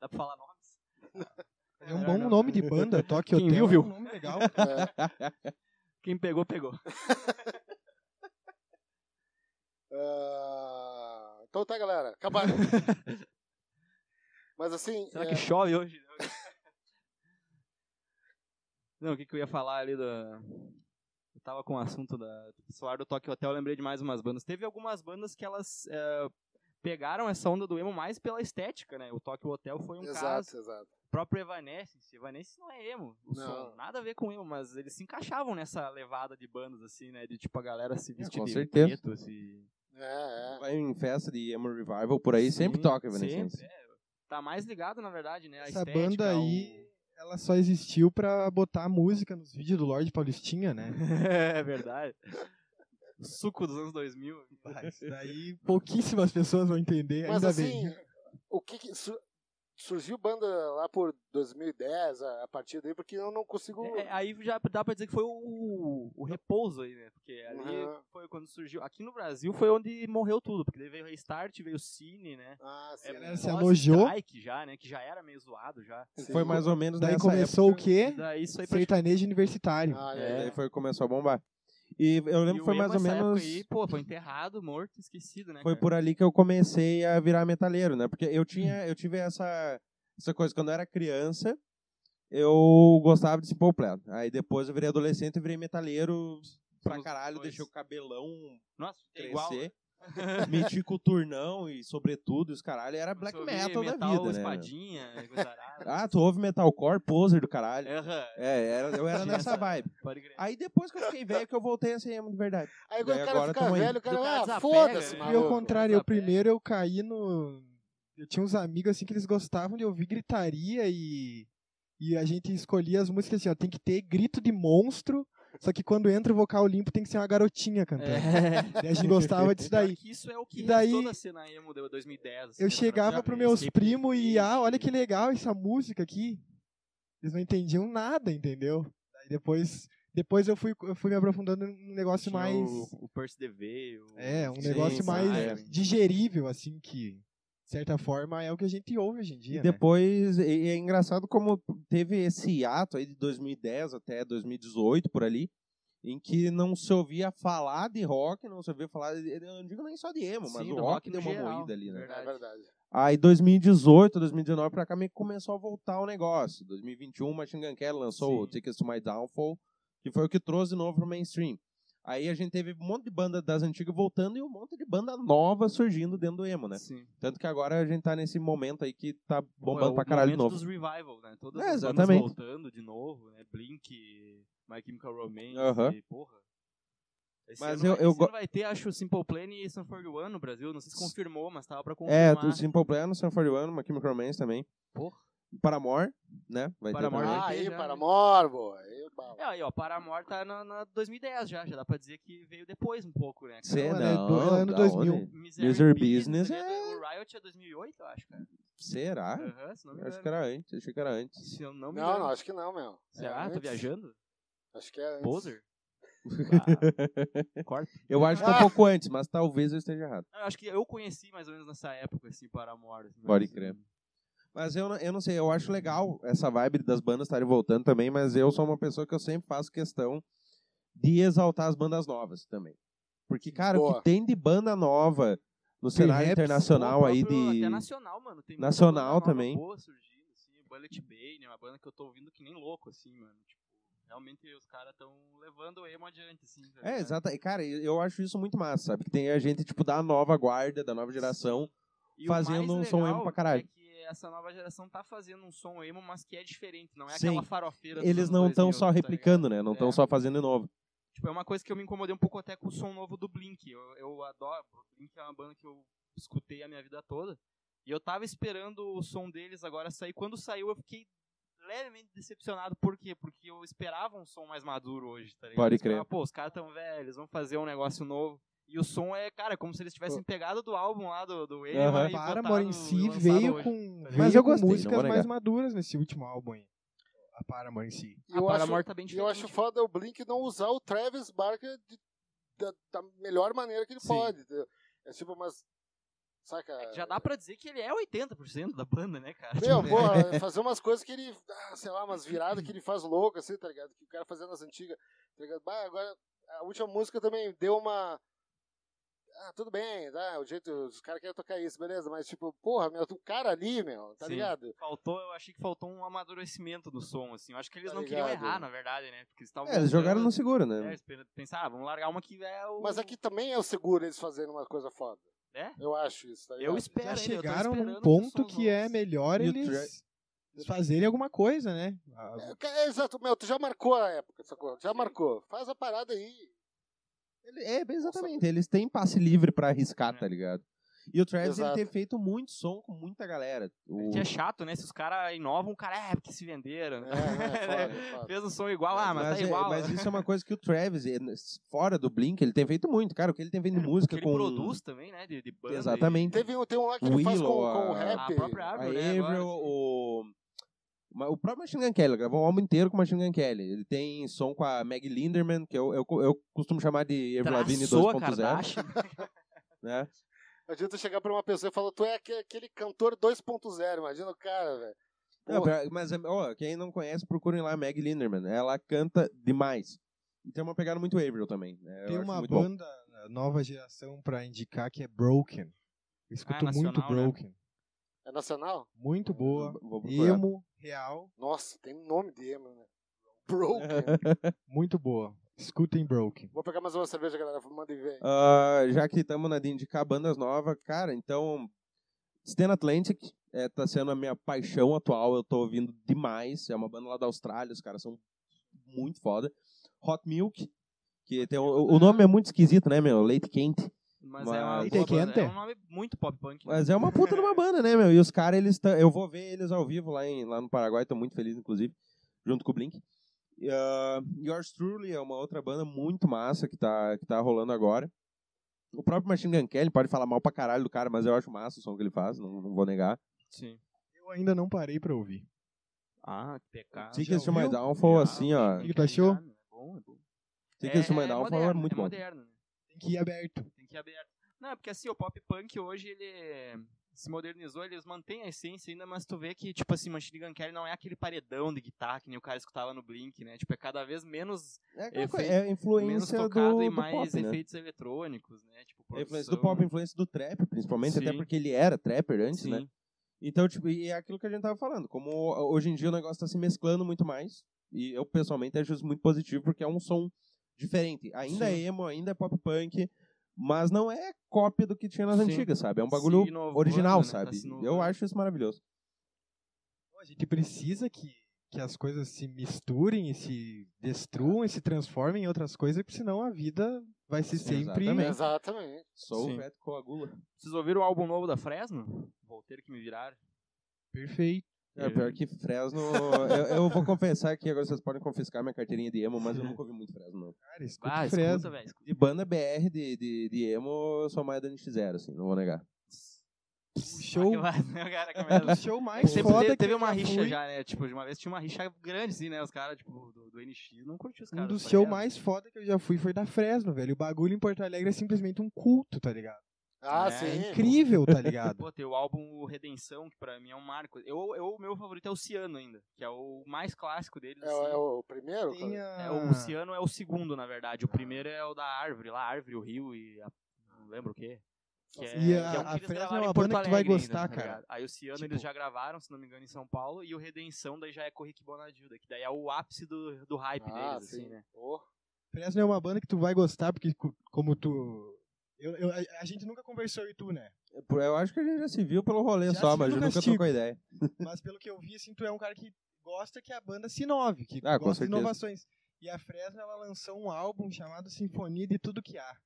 Dá pra falar nomes? É um bom nome de banda, Tokyo Quem Hotel. viu, viu. É um nome legal. É. Quem pegou, pegou. Ah, Então tá, galera. Acabaram. Mas assim. Será é, que chove hoje? Não, o que, que eu ia falar ali da. Eu tava com o assunto da do celular do Tokyo Hotel, eu lembrei de mais umas bandas. Teve algumas bandas que elas eh, pegaram essa onda do emo mais pela estética, né? O Tokyo Hotel foi um caso. Exato, exato. O próprio Evanescence, Evanescence não é emo, o Não. som, nada a ver com emo, mas eles se encaixavam nessa levada de bandas assim, né? De tipo a galera se vestir com de certeza. preto, assim. É, é. Vai em festa de Emo Revival por aí, sempre Sim, toca, Evanescence. sempre, é. Tá mais ligado, na verdade, né? A Essa estética, banda aí, ela só existiu pra botar música nos vídeos do Lorde Paulistinha, né? é verdade. Suco dos anos 2000. Ah, Isso daí pouquíssimas pessoas vão entender, Mas ainda assim, bem. o que, que su- surgiu banda lá por 2010, a, a partir daí, porque eu não consigo. É, aí já dá pra dizer que foi o, o repouso aí, né? Porque ali Uhum. foi quando surgiu. Aqui no Brasil foi onde morreu tudo, porque daí veio o restart, veio o cine, né? Ah, sim. galera se pós- alojou. strike já, né? Que já era meio zoado já. sim. Foi mais ou menos Daí nessa começou época. o quê? tá Daí isso aí Sertanejo universitário. Ah, É. Daí foi, começou a bombar. E eu lembro e o que foi emo mais ou nessa época menos. Aí, pô, foi enterrado, morto, esquecido, né? Foi cara? por ali que eu comecei a virar metaleiro, né? Porque eu Hum. tinha, eu tive essa, essa coisa quando eu era criança, eu gostava de Simple Plan. Aí depois eu virei adolescente e virei metaleiro pra Os caralho, dois. deixei o cabelão Nossa, é igual. né? crescer, meti coturnão e sobretudo os caralho, era black Começou a ouvir metal, da metal, vida, né? meu? espadinha, coisa arada. Ah, tu ouve metalcore, poser do caralho. Aham, É, era- eu era Tinha nessa essa- vibe. pode crer. Aí depois que eu fiquei velho, que eu voltei a ser emo de verdade. Aí quando Daí o cara agora fica tamo aí. velho, o cara, O cara ah, desapega, foda-se, né? E ao Maluco, mano. contrário, eu desapega. primeiro eu caí no. Eu tinha uns amigos assim que eles gostavam de ouvir gritaria e. E a gente escolhia as músicas assim, ó, tem que ter grito de monstro, só que quando entra o vocal limpo tem que ser uma garotinha cantando. É. E a gente gostava disso Pior daí. que isso é o que E daí- restou da cena é emo de 2010. assim, Eu né, chegava pra- pros meus Escape primos e, ah, olha que Route. legal essa música aqui. Eles não entendiam nada, entendeu? Daí depois, depois eu fui, eu fui me aprofundando num negócio Tinha mais. O, o Percy DV. O... É, um Sim, negócio sim, mais é. digerível, assim, que, de certa forma, é o que a gente ouve hoje em dia. E né? depois, e- e é engraçado como teve esse ato aí de 2010 até 2018, por ali, em que não se ouvia falar de rock, não se ouvia falar, de, eu não digo nem só de emo, mas Sim, o do rock rock deu no uma geral, moída ali, né? verdade. É verdade. Aí 2018, 2019 pra cá meio que começou a voltar o negócio. 2021, Machine Gun Kelly lançou o Sim. Tickets to My Downfall, que foi o que trouxe de novo pro mainstream. Aí a gente teve um monte de banda das antigas voltando e um monte de banda nova surgindo dentro do emo, né? Sim. Tanto que agora a gente tá nesse momento aí que tá Pô, é bombando o pra caralho de momento novo. dos revival, né? Todas É, as bandas exatamente. voltando de novo, né? Blink, My Chemical Romance, Aham. e porra. Esse Mas ano eu- vai, eu esse go- ano vai ter, acho, Simple Plan e Sanford One no Brasil. Não sei se confirmou, mas tava pra É, confirmar. o Simple Plan, o Sun 41, uma Chemical Romance também. Porra. Paramore, né? Vai Paramore. ter também. já Ah, tem aí, já, né? Paramore, boy. Aí, bala. É, aí, ó, Paramore tá na, na 2010 já. Já dá pra dizer que veio depois um pouco, né? cara? Cê Não, ela é não, do- ela é ano da 2000. onde? Misery, Misery Business Business, é- né? O Riot é 2008, eu acho, cara. Será? Aham, se não me Eu Acho engano. que era antes, achei que é era antes. Se eu não me Não, engano. não, acho que não, meu. Será? É Tô antes. ah, tá viajando? Acho que é antes. Poser? Corta. Eu acho que é um Ah! pouco antes, mas talvez eu esteja errado. Eu acho que eu conheci mais ou menos nessa época, assim, Paramore. Assim, Pode mas- crer. Mas eu, não- eu não sei, eu acho legal essa vibe das bandas estarem voltando também, mas eu sou uma pessoa que eu sempre faço questão de exaltar as bandas novas também. Porque, cara, o Boa. que tem de banda nova no cenário Raps, internacional O aí próprio- de. Até nacional, mano. Tem muita Nacional banda nova também. Boa surgindo, assim. Bullet Bane é uma banda que eu tô ouvindo que nem louco, assim, mano. Tipo, realmente os caras estão levando o emo adiante, assim. tá É, ligado? exato. E, Cara, eu eu acho isso muito massa, sabe? Que tem a gente, tipo, da nova guarda, da nova geração. E o mais fazendo um som emo legal pra caralho. É que essa nova geração tá fazendo um som emo, mas que é diferente. Não é Sim. aquela farofeira dos Eles anos não estão 2000, só tá replicando, ligado? né? Não É. estão só fazendo de novo. Tipo, é uma coisa que eu me incomodei um pouco até com o som novo do Blink. Eu, eu adoro. O Blink é uma banda que eu escutei a minha vida toda. E eu tava esperando o som deles agora sair. Quando saiu, eu fiquei levemente decepcionado. Por quê? Porque eu esperava um som mais maduro hoje, tá ligado? Pode Eu esperava, crer. Pô, os caras tão velhos, vão fazer um negócio novo. E o som é, cara, como se eles tivessem pegado do álbum lá do, do Ema Aham. e Para, botado- amor, em si e lançado veio hoje. com, Mas veio eu com gostei, não músicas vou negar. mais maduras nesse último álbum aí. A Paramore em si. E eu a acho, Paramore tá bem e eu diferente. acho foda o Blink não usar o Travis Barker de- da, da melhor maneira que ele Sim. pode. entendeu? É tipo, mas. Saca? Já dá pra dizer que ele é 80% da banda, né, cara? Meu, Tipo, porra, fazer umas coisas que ele. ah, sei lá, umas viradas que ele faz louca, assim, tá ligado? Que o cara fazia nas antigas. Tá ligado? Bah, agora, a última música também deu uma. Ah, tudo bem, tá? O jeito. Os caras querem tocar isso, beleza, mas tipo, porra, meu, o cara ali, meu, tá Sim. ligado? faltou, eu achei que faltou um amadurecimento do som, assim. Eu acho que eles Tá não queriam ligado? errar, na verdade, né? Porque eles estavam. É, eles jogaram no voltando, seguro, é, né? eles pe- pensaram, ah, vamos largar uma que é o. Mas aqui também é o seguro eles fazendo uma coisa foda. É? Eu acho isso, tá ligado? Eu espero, Já ainda, eu tô chegaram esperando num ponto os sons que é novos. melhor E o eles fazerem alguma coisa, né? A- É, ca- é, exato, meu, tu já marcou a época, sacou? Já marcou. Faz a parada aí. Ele- É, bem exatamente. Eles têm passe livre pra arriscar, É. tá ligado? E o Travis ele Exato. ter feito muito som com muita galera. O- Que é chato, né? Se os caras inovam, o cara é porque se venderam. né? É, é, foda, é foda. Fez um som igual, ah, mas, tá é- igual. mas isso é uma coisa que o Travis, eh, fora do Blink, ele tem feito muito, cara. O que ele tem feito de música Porque ele com. produz também, né? De, de banda. Exatamente. Teve um, tem um lá que ele faz com, Willow, com o a- e- rap. A própria A Avril, né? Avril, agora, assim. o. ma- O próprio Machine Gun Kelly, gravou um álbum inteiro com o Machine Gun Kelly. Ele tem som com a Meg Linderman, que eu, eu, eu costumo chamar de Tá Avril Lavigne Traçou a 2.0. Kardashian. Né? Não adianta chegar pra uma pessoa e falar, tu é aque- aquele cantor 2.0, imagina o cara, velho. Não, Porra. pra- mas ó, quem não conhece, procurem lá a Meg Linderman. Ela canta demais. E tem uma pegada muito Avril também. né? Eu Tem acho uma muito bom. banda eh, nova geração pra indicar que é Broken. Eu escuto muito nacional, né? Broken. É nacional? Muito boa. Vou procurar. Emo, real, Nossa, tem nome de emo, né? Broken. muito boa. Escutem Broken. Vou pegar mais uma cerveja, galera. Manda e vem. Ah, já que estamos na de indicar bandas novas, cara, então. Stan Atlantic é, tá sendo a minha paixão atual, eu tô ouvindo demais. É uma banda lá da Austrália, os caras são muito foda. Hot Milk, que tem o, o nome é muito esquisito, né, meu? Leite quente. Mas, é uma boa Mas- Tem banda. quente? É um nome muito pop punk. né? Mas é uma puta de uma banda, né, meu? E os caras, eles tão, Eu vou ver eles ao vivo lá, em, lá no Paraguai, tô muito feliz, inclusive, junto com o Blink. E, ah, Yours Truly é uma outra banda muito massa que tá, que tá rolando agora. O próprio Machine Gun Kelly pode falar mal pra caralho do cara, mas eu acho massa o som que ele faz, não, não vou negar. Sim. Eu ainda não parei pra ouvir. Ah, que pecado. Tickets to My ouviu? Downfall, Já, assim, ó. tem que tu achou? ligar, né? É bom, é bom. Tickets to My é Downfall é moderno, muito é bom. moderno, né? Tem que ir aberto. tem que ir aberto. Não, é porque assim, o pop punk hoje ele se modernizou, eles mantêm a essência ainda, mas tu vê que, tipo assim, Machine Gun Kelly não é aquele paredão de guitarra que nem o cara escutava no Blink, né? Tipo, é cada vez menos, É, aquela Efeito- coisa, é a menos influência do, tocado e do mais pop, né? efeitos eletrônicos, né? Tipo, A produção, influência do pop, a influência do trap, principalmente, até Sim. porque ele era trapper antes, sim. né? Então, tipo, e é aquilo que a gente tava falando. Como hoje em dia o negócio tá se mesclando muito mais. E eu, pessoalmente, acho isso muito positivo, porque é um som diferente. Ainda é emo, ainda é pop punk, mas não é cópia do que tinha nas Sim. antigas, sabe? É um Se bagulho inovando, original, né? Tá sabe? se inovando. eu acho isso maravilhoso. Então, A gente precisa que, que as coisas se misturem e se destruam e se transformem em outras coisas, porque senão a vida vai ser sempre. Exatamente. Exatamente. Sou Sim. o Fred Coagula. Vocês ouviram o álbum novo da Fresno? Vou ter que me virar. Perfeito. É, pior que Fresno. eu, eu vou confessar que agora vocês podem confiscar minha carteirinha de emo, mas eu nunca ouvi muito Fresno, não. Cara, escuta Ah, o Fresno. escuta, velho. escuta. De banda BR de, de, de emo, eu sou mais da NX0, assim, não vou negar. O show, Ah, que vai- o cara começa- o show mais É Sempre foda teve, que teve eu uma já rixa fui. já, né? Tipo, de uma vez tinha uma rixa grande, assim, né? Os caras, tipo, do, do NX, não curtiu os Um caras. dos tá shows ligado? mais foda que eu já fui foi da Fresno, velho. O bagulho em Porto Alegre é simplesmente um culto, tá ligado? Ah, É, sim. é É incrível, tá ligado? Tipo, Pô, tem o álbum o Redenção, que pra mim é um marco. Eu, eu, o meu favorito é o Ciano ainda, que é o mais clássico deles. É, o- assim. é o primeiro? Tem cara? a- É, o Ciano é o segundo, na verdade. O primeiro é o da árvore, lá, a árvore, o rio e a- não lembro o quê. Que é, E a- que é um que a Ah, eles Fresno gravaram é uma em Porto banda que tu vai Alegre ainda, gostar, tá cara. ligado? Aí o Ciano Tipo- eles já gravaram, se não me engano, em São Paulo, e o Redenção daí já é com o Rick Bonadilda, que daí é o ápice do, do hype Ah, deles, assim, sim. né? Ô, Fresno é uma banda que tu vai gostar, porque co- como tu. eu- eu- a, a gente nunca conversou e tu, né? Pô, Eu acho que a gente já se viu pelo rolê Já só, se mas viu eu no nunca castigo. trocou ideia. Mas pelo que eu vi, assim, tu é um cara que gosta que a banda se inove, que Ah, com gosta de certeza. inovações. E a Fresno, ela lançou um álbum chamado Sinfonia de Tudo Que Há.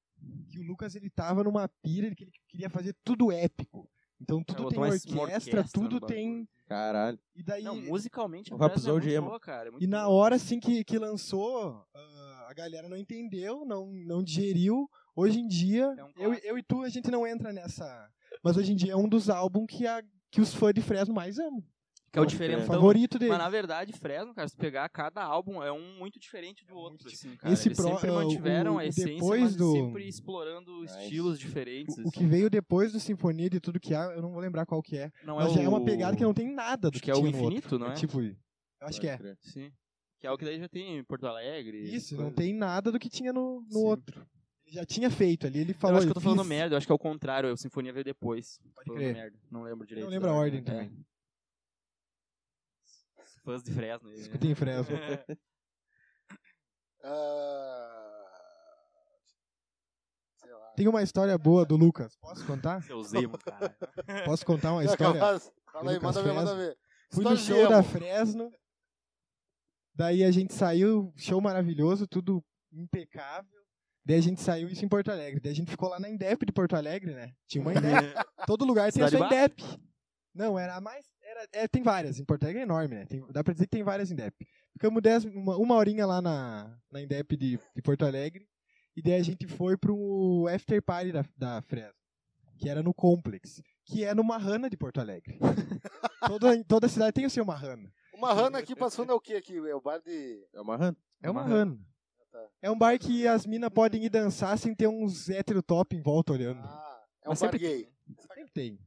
Que o Lucas, ele tava numa pira que ele queria fazer tudo épico. Então É, tudo botou tem uma orquestra, orquestra no tudo bagulho. tem... Caralho. E daí... Não, musicalmente a O Fresno é Rhapsody muito Emo. boa, cara. é muito E na boa. hora, assim, que, que lançou, ah, a galera não entendeu, não, não digeriu. Hoje em dia, É um eu, clássico. eu e tu, a gente não entra nessa... Mas hoje em dia é um dos álbuns que, a, que os fãs de Fresno mais amam. Que é o Pode crer. diferentão. favorito dele. Mas na verdade, Fresno, cara, se pegar cada álbum, é um muito diferente do outro, muito assim, cara. Esse Eles pro- sempre ah, o- mantiveram o a essência, depois mas do- sempre explorando Nice. estilos diferentes. assim. O, o que veio depois do Sinfonia de tudo que há, eu não vou lembrar qual que é. assim. não mas é já é uma o- pegada que não tem nada do Acho que, que é o tinha no outro. infinito, não é? Tipo, eu acho que é. Sim. Que é o que daí já tem em Porto Alegre. Isso, coisa. não tem nada do que tinha no, no Sim. outro. Ele já tinha feito ali, ele Eu falou. acho que eu tô falando fiz. merda, eu acho que é o contrário, a Sinfonia veio depois. Tô falando crer. merda, não lembro direito. né? Não lembro a da ordem também. É. Fãs de Fresno. aí, né? Escutem Fresno. ah, sei lá. Tem uma história boa do Lucas. Posso contar? Seu Zemo, cara. Posso contar uma Não, história? capaz. Fala aí, Lucas manda ver, manda Fresno. ver. Fui no História de show da emo. Fresno. Daí a gente saiu, show maravilhoso, tudo impecável. Daí a gente saiu isso em Porto Alegre. Daí a gente ficou lá na Indep de Porto Alegre, né? Tinha uma Indep. Todo lugar tem a sua Cidade Indep. Não, era a mais. Era, é, tem várias. Em Porto Alegre é enorme, né? Tem- dá pra dizer que tem várias Indep. Ficamos dez, uma, uma horinha lá na, na Indep de, de Porto Alegre. E daí a gente foi pro after party da, da Fresno, que era no Complex, que é no Marrana de Porto Alegre. toda, toda cidade tem o seu Marrana. Uma rana aqui passando é o que aqui? É o bar de. É uma rã. É o Marrana. Marrana. É um bar que as minas podem ir dançar sem ter uns hétero top em volta olhando. Ah, é um Mas bar sempre gay. Sempre tem.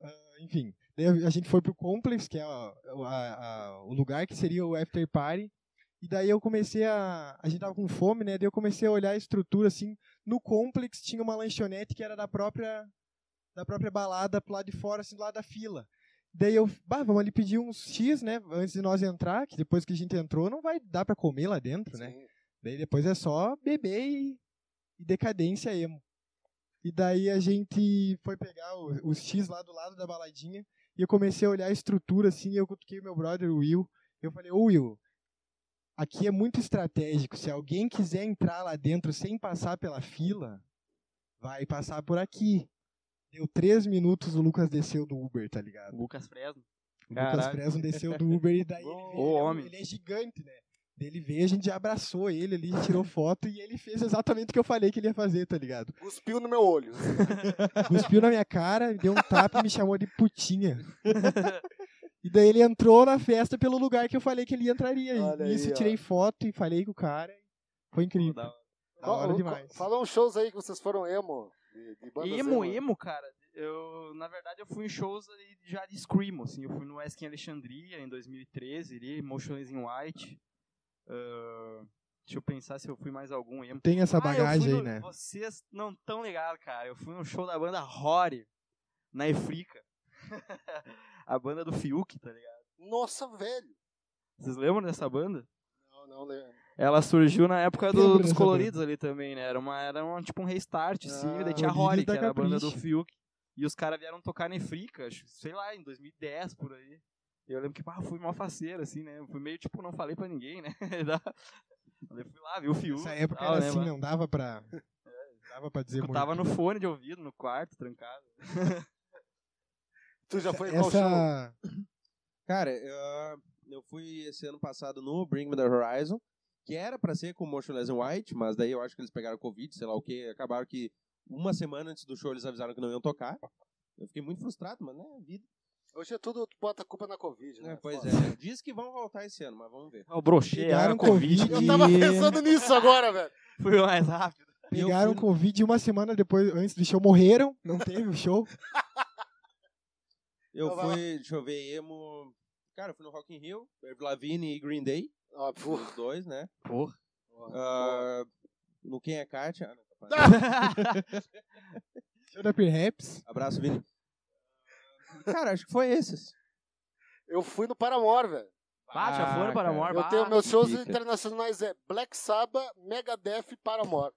Ah, enfim, daí a gente foi pro Complex, que é a- a- a- o lugar que seria o after party. E daí eu comecei a. A gente tava com fome, né? Daí eu comecei a olhar a estrutura assim. No Complex tinha uma lanchonete que era da própria da própria balada pro lado de fora, assim, do lado da fila. Daí eu, bah, vamos ali pedir uns X, né? Antes de nós entrar, que depois que a gente entrou, não vai dar pra comer lá dentro, né? Sim. Daí depois é só beber e, e decadência emo. E daí a gente foi pegar o- os X lá do lado da baladinha e eu comecei a olhar a estrutura assim. E eu cutuquei meu brother, o Will. Eu falei: Ô Will, aqui é muito estratégico. Se alguém quiser entrar lá dentro sem passar pela fila, vai passar por aqui. Deu três minutos, o Lucas desceu do Uber, tá ligado? Lucas Fresno. O Lucas Caralho. Fresno desceu do Uber e daí ele, Ô, veio, ele é um- homem. ele é gigante, né? Daí Ele veio, a gente já abraçou ele ali, tirou foto e ele fez exatamente o que eu falei que ele ia fazer, tá ligado? Cuspiu no meu olho. Cuspiu na minha cara, deu um tapa e me chamou de putinha. E daí ele entrou na festa pelo lugar que eu falei que ele entraria. E Olha aí, Isso, eu ó. tirei foto e falei com o cara. Foi incrível. Da hora. Da hora Qual- demais. qual- Fala uns shows aí que vocês foram emo. De, de bandas Emo, emo, cara. Eu, na verdade, eu fui em shows ali já de Screamo, assim. Eu fui no Ask em Alexandria em 2013, ali, Motions in White. Ah, deixa eu pensar se eu fui mais algum emo. Tem essa Ah, eu fui bagagem no- aí, né? Vocês não tão ligados, cara. Eu fui no show da banda Rory, na Efrica. a banda do Fiuk, tá ligado? Nossa, velho. Vocês lembram dessa banda? Não, né? não lembro. Ela surgiu na época do- Lembro dos dessa coloridos ali também, né? Era, uma, era um, tipo um restart, assim. Ah, e daí tinha a Coloridos Rory, que da era a banda do Capricho. Fiuk. E os caras vieram tocar na Efrica, acho- sei lá, em 2010, por aí. E eu lembro que, pá, eu fui mó faceiro, assim, né? Eu fui meio, tipo, não falei pra ninguém, né? Daí eu fui lá, vi o Fiuk. Nessa e época tal, era né, assim, mano? não dava pra. Dava pra dizer Eu muito. tava no fone de ouvido, no quarto, trancado. Tu já foi em qual show? Essa. Cara, eu, eu fui esse ano passado no Bring Me The Horizon, que era pra ser com o Motionless in White, mas daí eu acho que eles pegaram Covid, sei lá o que, acabaram que uma semana antes do show eles avisaram que não iam tocar. Eu fiquei muito frustrado, mas né, vida. Hoje é tudo, tu bota a culpa na Covid, né? É, pois Foda. é, diz que vão voltar esse ano, mas vamos ver. Eu brochei, Pegaram era Covid. Covid. Eu tava E- pensando nisso agora, velho. Fui mais rápido. Pegaram Covid uma semana depois, antes do show, morreram, não teve o show. Eu Então vai lá. fui, deixa eu ver, emo. Cara, eu fui no Rock in Rio, Avril Lavigne e Green Day, Ó, pô. os dois, né? Porra. Ah, no Quem é Kátia. Ah, não, capaz. Show da Peer Raps. Abraço, Vini. Cara, acho que foi esses. Eu fui no Paramore, velho. Bah, já foram Ah, para cara. Amor. Eu tenho meus shows pica. internacionais é Black Sabbath, Megadeth e Paramore.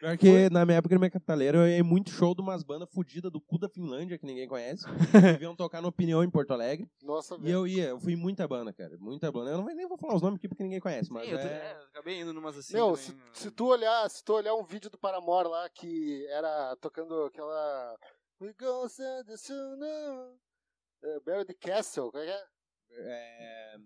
Pior que na minha época, na minha capitaleira, eu ia muito show de umas bandas fodidas do cu da Finlândia, que ninguém conhece. que Vinham tocar no Opinião em Porto Alegre. Nossa, E velho. eu ia, eu fui em muita banda, cara. Muita banda. Eu não nem vou falar os nomes aqui porque ninguém conhece, mas eu, é... acabei indo numas assim. Meu, se, né? se tu olhar, se tu olhar um vídeo do Paramore lá que era tocando aquela We go send the sun now. É, Barry the Castle, como é que é? é...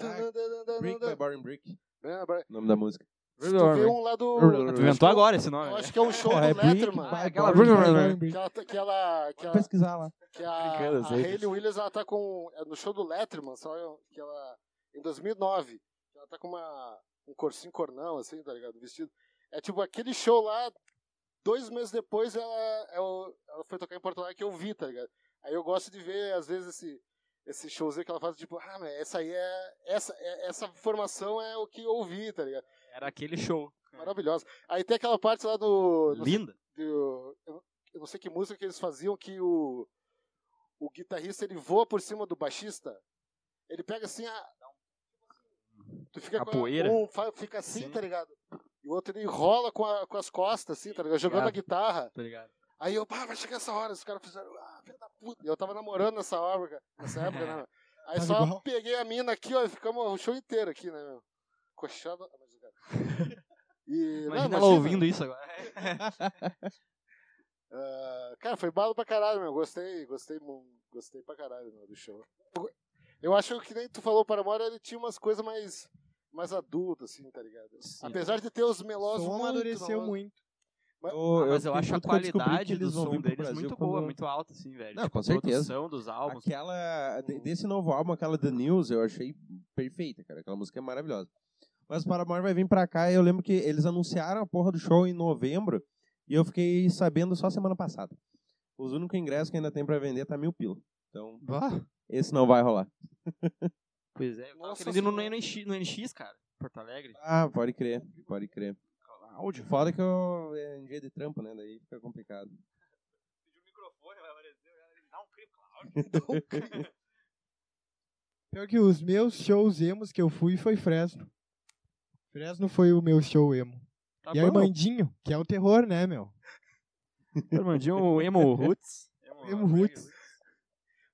Ah, Brick by Ah, Boring Brick, Lembra? o nome da música. Se tu vê um lá do. Tu inventou agora esse Eu nome. né? acho que é um show Porra, é do Brick Letterman. by aquela- Boring Brick. Que ela, que ela, que Pode ela, pesquisar lá. que a, brincando, eu a sei. Hayley Williams ela tá com é no show do Letterman, só que ela em 2009, que ela tá com uma um corcinho cornão assim, tá ligado, vestido. É tipo aquele show lá dois meses depois ela eu- ela foi tocar em Porto Alegre que eu vi, tá ligado? Aí eu gosto de ver às vezes esse esse showzinho que ela faz tipo, ah, mas essa aí é essa é- essa formação é o que eu ouvi, tá ligado? Era aquele show. Maravilhosa. Aí tem aquela parte lá do não sei Linda. do- eu, eu não sei que música que eles faziam que o, o guitarrista ele voa por cima do baixista. Ele pega assim a. Tu fica A com poeira. um fa- fica assim, Sim. tá ligado? E o outro ele rola com, a- com as costas, assim, tá ligado? Jogando a Ligado. guitarra. Tá ligado? Aí eu, pá, vai chegar essa hora. Os caras fizeram, ah, filha da puta. E Eu tava namorando nessa hora, cara, nessa época, né? meu? Aí Tava só igual. peguei a mina aqui, ó, e ficamos o show inteiro aqui, né, meu? Coxada. Ah, mas, cara. E, não, Imagina ela ouvindo isso agora. Ah, cara, foi bala pra caralho, meu. Gostei, gostei, mu- gostei pra caralho meu, do show. Eu acho que nem tu falou o Paramore, ele tinha umas coisas mais, mais adultas, assim, tá ligado? Sim. Apesar de ter os melosos Som muito amadureceu melosos. muito. Ah, mas eu, fiquei acho a puto que eu descobri que qualidade do eles vão som vir pro deles Brasil muito quando- boa, muito alta, assim, velho. Não, Tipo, com a certeza. é produção dos álbuns. Aquela. de- Desse novo álbum, aquela The News, eu achei perfeita, cara. Aquela música é maravilhosa. Mas o Paramore vai vir pra cá e eu lembro que eles anunciaram a porra do show em novembro e eu fiquei sabendo só semana passada. Os únicos ingressos que ainda tem pra vender tá mil pila. Então, esse não vai rolar. Pois é, eu tava Nossa querendo ir no, Senhora. no NX, no NX, cara. Porto Alegre. Ah, pode crer, pode crer. um Áudio. Foda que eu. É em dia de trampo, né? Daí fica complicado. Pior que os meus shows emos que eu fui foi Fresno. Fresno foi o meu show emo. Tá e Armandinho, que é o terror, né, meu? Armandinho, o Emo Roots. Emo Roots.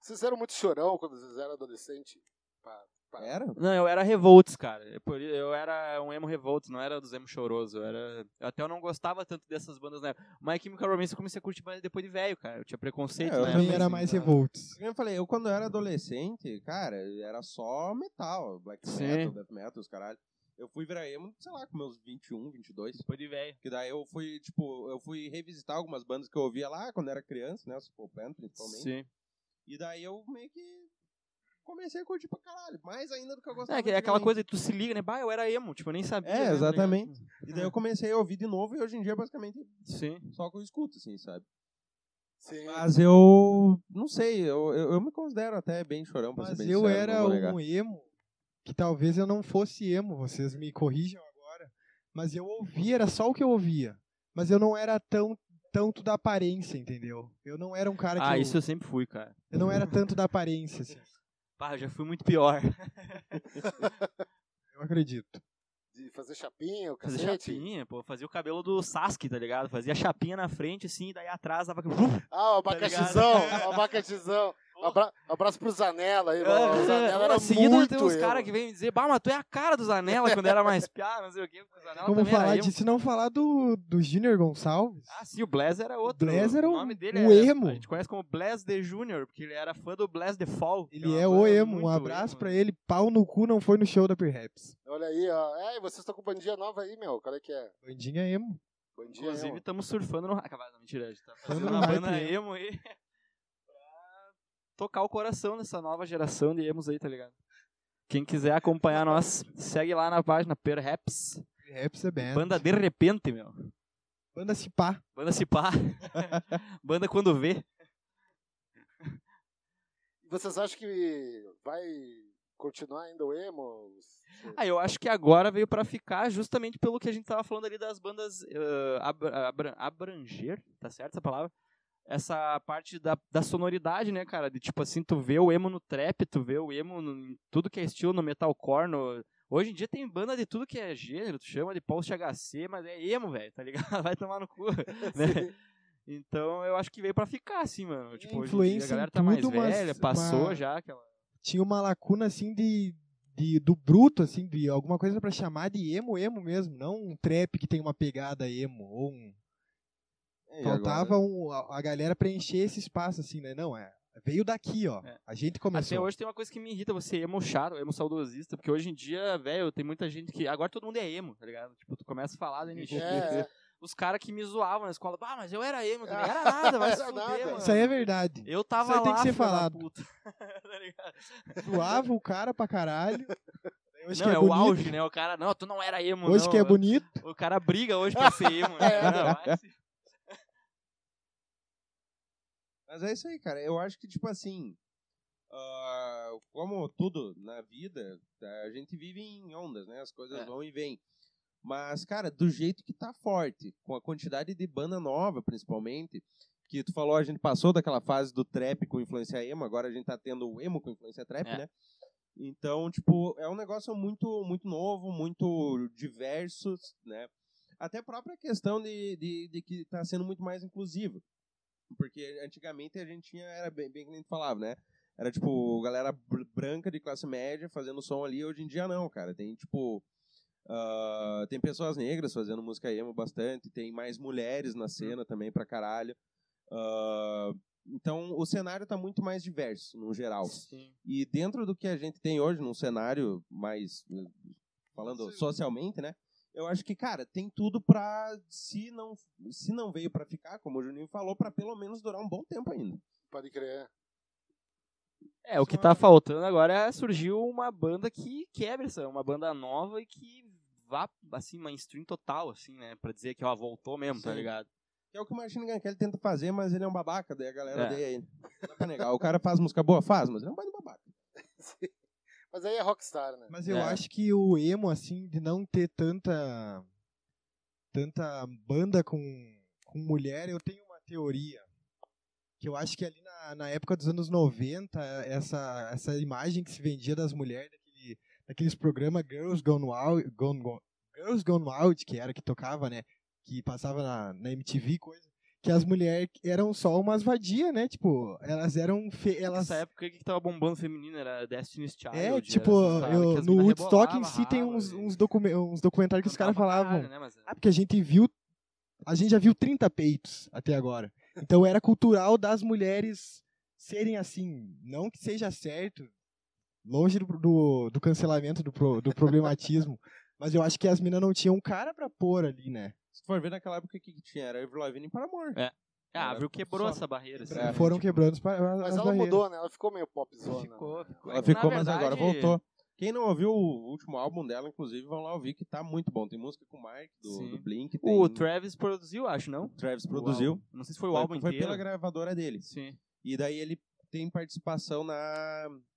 Vocês eram muito chorão quando vocês eram adolescente. Pá, pá. Era? Não, eu era Revolts, cara. Eu, por- eu era um emo Revolts, não era dos emo choroso. Eu era... eu Até eu não gostava tanto dessas bandas na época. My Chemical Romance eu comecei a curtir mais depois de velho, cara. Eu tinha preconceito, É, eu né? Também também, era sim, mais tá. revoltos. Eu falei, eu quando era adolescente, cara, era só metal, black Sim. metal, death metal, os caralho. Eu fui virar emo, sei lá, com meus 21, 22. Depois de velho. Que daí eu fui, tipo, eu fui revisitar algumas bandas que eu ouvia lá quando era criança, né? O Simple Plan, principalmente. Sim. E daí eu meio que comecei a curtir pra caralho, mais ainda do que eu gostava. É, que- é aquela antigamente. coisa que tu se liga, né? Bah, eu era emo. Tipo, eu nem sabia. É, né, tá ligado? exatamente. E daí eu comecei a ouvir de novo e hoje em dia é basicamente Sim. só que eu escuto, assim, sabe? Sim. Mas eu não sei, eu, eu, eu me considero até bem chorão pra Mas ser bem eu sincero, não era vou negar. um emo, que talvez eu não fosse emo, vocês me corrijam agora. Mas eu ouvia, era só o que eu ouvia. Mas eu não era tão tanto da aparência, entendeu? Eu não era um cara que. Ah, eu, isso eu sempre fui, cara. eu não era tanto da aparência, assim. Pá, eu já fui muito pior. Eu acredito. De fazer chapinha, o Fazer cacete. chapinha, pô. Fazia o cabelo do Sasuke, tá ligado? Fazia chapinha na frente, assim, e daí atrás dava... Uf, Ah, o abacaxizão, Tá ligado? o abacaxizão. Porra. Abra, abraço pro Zanella aí, mano. O Zanella era seguido tem muito uns emo. caras que vêm me dizer, bah, mas tu é a cara do Zanella quando era mais piá, não sei o quê. porque o Zanella Como também era falar emo. disso e não falar do, do Junior Gonçalves? Ah, sim, o Blaze era outro. Blaze era o um- nome dele um era- emo. A gente conhece como Blaze The Junior, porque ele era fã do Blaze The Fall. que Ele uma é o banda emo. muito Um abraço emo. né? pra ele. Pau no cu não foi no show da Perhaps. Olha aí, ó. É, e vocês estão com bandinha nova aí, meu. Qual é que é? Bandinha emo. Bandinha Inclusive, emo. estamos surfando no. Ah, cavalo, não, mentira, a gente tá fazendo Surfando uma no banda hype emo aí. pra tocar o coração dessa nova geração de emos aí, tá ligado? Quem quiser acompanhar nós, segue lá na página Perhaps. Rap the Band. Banda de repente, meu. é Banda Cipá. Banda se pá. Banda quando vê. Vocês acham que vai continuar ainda o emo? Ah, eu acho que agora veio pra ficar justamente pelo que a gente tava falando ali das bandas eh, abra- abra- abranger, tá certo essa palavra? Essa parte da, da sonoridade, né, cara? De tipo assim, tu vê o emo no trap, tu vê o emo no- em tudo que é estilo, no metalcore, no... Hoje em dia tem banda de tudo que é gênero, tu chama de post HC, mas é emo, velho, tá ligado? Vai tomar no cu, né? Então eu acho que veio pra ficar, assim, mano. Tipo, hoje em dia, a influência em galera tá mais tudo, mas velha, passou uma- já é aquela. Tinha uma lacuna assim de, de do bruto, assim, de alguma coisa pra chamar de emo, emo mesmo. Não um trap que tem uma pegada emo. Ou um, E faltava um, a, a galera preencher esse espaço, assim, né? Não, é. Veio daqui, ó. É. A gente Até começou. hoje tem uma coisa que me irrita, você é emo chato, emo saudosista, porque hoje em dia, velho, tem muita gente que. Agora todo mundo é emo, tá ligado? Tipo, tu começa a falar da NX. É, Os caras que me zoavam na escola, ah, mas eu era emo também. Era nada, vai se Era fuder, nada. mano. Isso aí é verdade. Eu tava Isso aí tem lá, que ser filho da falado. puta. tá ligado? Zoava o cara pra caralho. Hoje Não, que é, é, o bonito. auge, né? O cara, não, tu não era emo, Hoje não. que é bonito. O cara briga hoje pra ser emo. Né? É. Não, vai se- Mas é isso aí, cara. Eu acho que, tipo assim, ah, como tudo na vida, a gente vive em ondas, né? As coisas É. vão e vêm. Mas, cara, do jeito que tá forte, com a quantidade de banda nova, principalmente, que tu falou, a gente passou daquela fase do trap com influência emo, agora a gente tá tendo o emo com influência trap, É. né? Então, tipo, é um negócio muito, muito novo, muito diverso, né? Até a própria questão de, de, de que tá sendo muito mais inclusivo. Porque antigamente a gente tinha, era bem, bem que nem tu falava, né? Era tipo, galera br- branca de classe média fazendo som ali, hoje em dia não, cara. Tem tipo. ah, tem pessoas negras fazendo música emo bastante, tem mais mulheres na cena também pra caralho. Ah, então o cenário tá muito mais diverso, no geral. Sim. E dentro do que a gente tem hoje, num cenário mais. eh, falando Sim. socialmente, né? Eu acho que, cara, tem tudo pra. Se não, se não veio pra ficar, como o Juninho falou, pra pelo menos durar um bom tempo ainda. pode crer. É, o que tá faltando agora é surgiu uma banda que quebra essa, uma banda nova e que vá, assim, mainstream total, assim, né? Pra dizer que, ó, voltou mesmo, tá Sim. ligado? Que é o que o Machine Gun Kelly tenta fazer, mas ele é um babaca, daí a galera É. odeia ele. Não dá pra negar. O cara faz música boa? Faz, mas ele é um baita babaca. Mas aí é rockstar, né? Mas eu É. acho que o emo, assim, de não ter tanta tanta banda com, com mulher, eu tenho uma teoria. Que eu acho que ali na, na época dos anos 90, essa, essa imagem que se vendia das mulheres, daquele, daqueles programas Girls Gone Wild, Gone, Gone- Girls Gone Wild, que era que tocava, né? Que passava na, na MTV e coisa. Que as mulheres eram só umas vadias, né? Tipo, elas eram. fe- elas Nessa época, o que que tava bombando feminino era Destiny's Child. É, era tipo, essas paradas eu- que as no mina Woodstock em rebolava, si tem rala, uns, e uns, documen- uns documentários que os cantava caras pra caralho, falavam. né, mas- Ah, porque a gente viu. A gente já viu 30 peitos até agora. Então era cultural das mulheres serem assim. Não que seja certo, longe do, do, do cancelamento, do, pro- do problematismo. mas eu acho que as minas não tinham um cara pra pôr ali, né? Se tu for ver naquela época, o que, que tinha? Era Avril Lavigne para amor. Ah, Era viu, quebrou só- essa barreira. assim, É, né, Foram tipo, quebrando os pa- as Mas ela barreiras. mudou, né? Ela ficou meio popzona. Ficou, ficou. Ela É que, na ficou, mas agora verdade- voltou. Quem não ouviu o último álbum dela, inclusive, vão lá ouvir que tá muito bom. Tem música com o Mark, do, Sim. do Blink. Tem... O Travis produziu, acho, não? Travis O produziu. álbum. Não sei se foi o álbum foi inteiro. pela gravadora dele. Sim, E daí ele tem participação na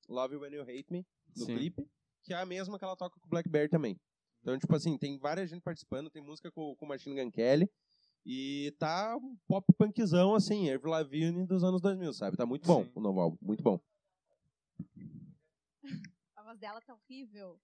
Love You When You Hate Me, no sim. clipe, que é a mesma que ela toca com o Black Bear também. Então, tipo assim, tem várias gente participando, tem música com, com o Machine Gun Kelly, e tá um pop punkzão, assim, Avril Lavigne dos anos 2000, sabe? Tá muito bom Sim. o novo álbum, muito bom. A voz dela tá horrível.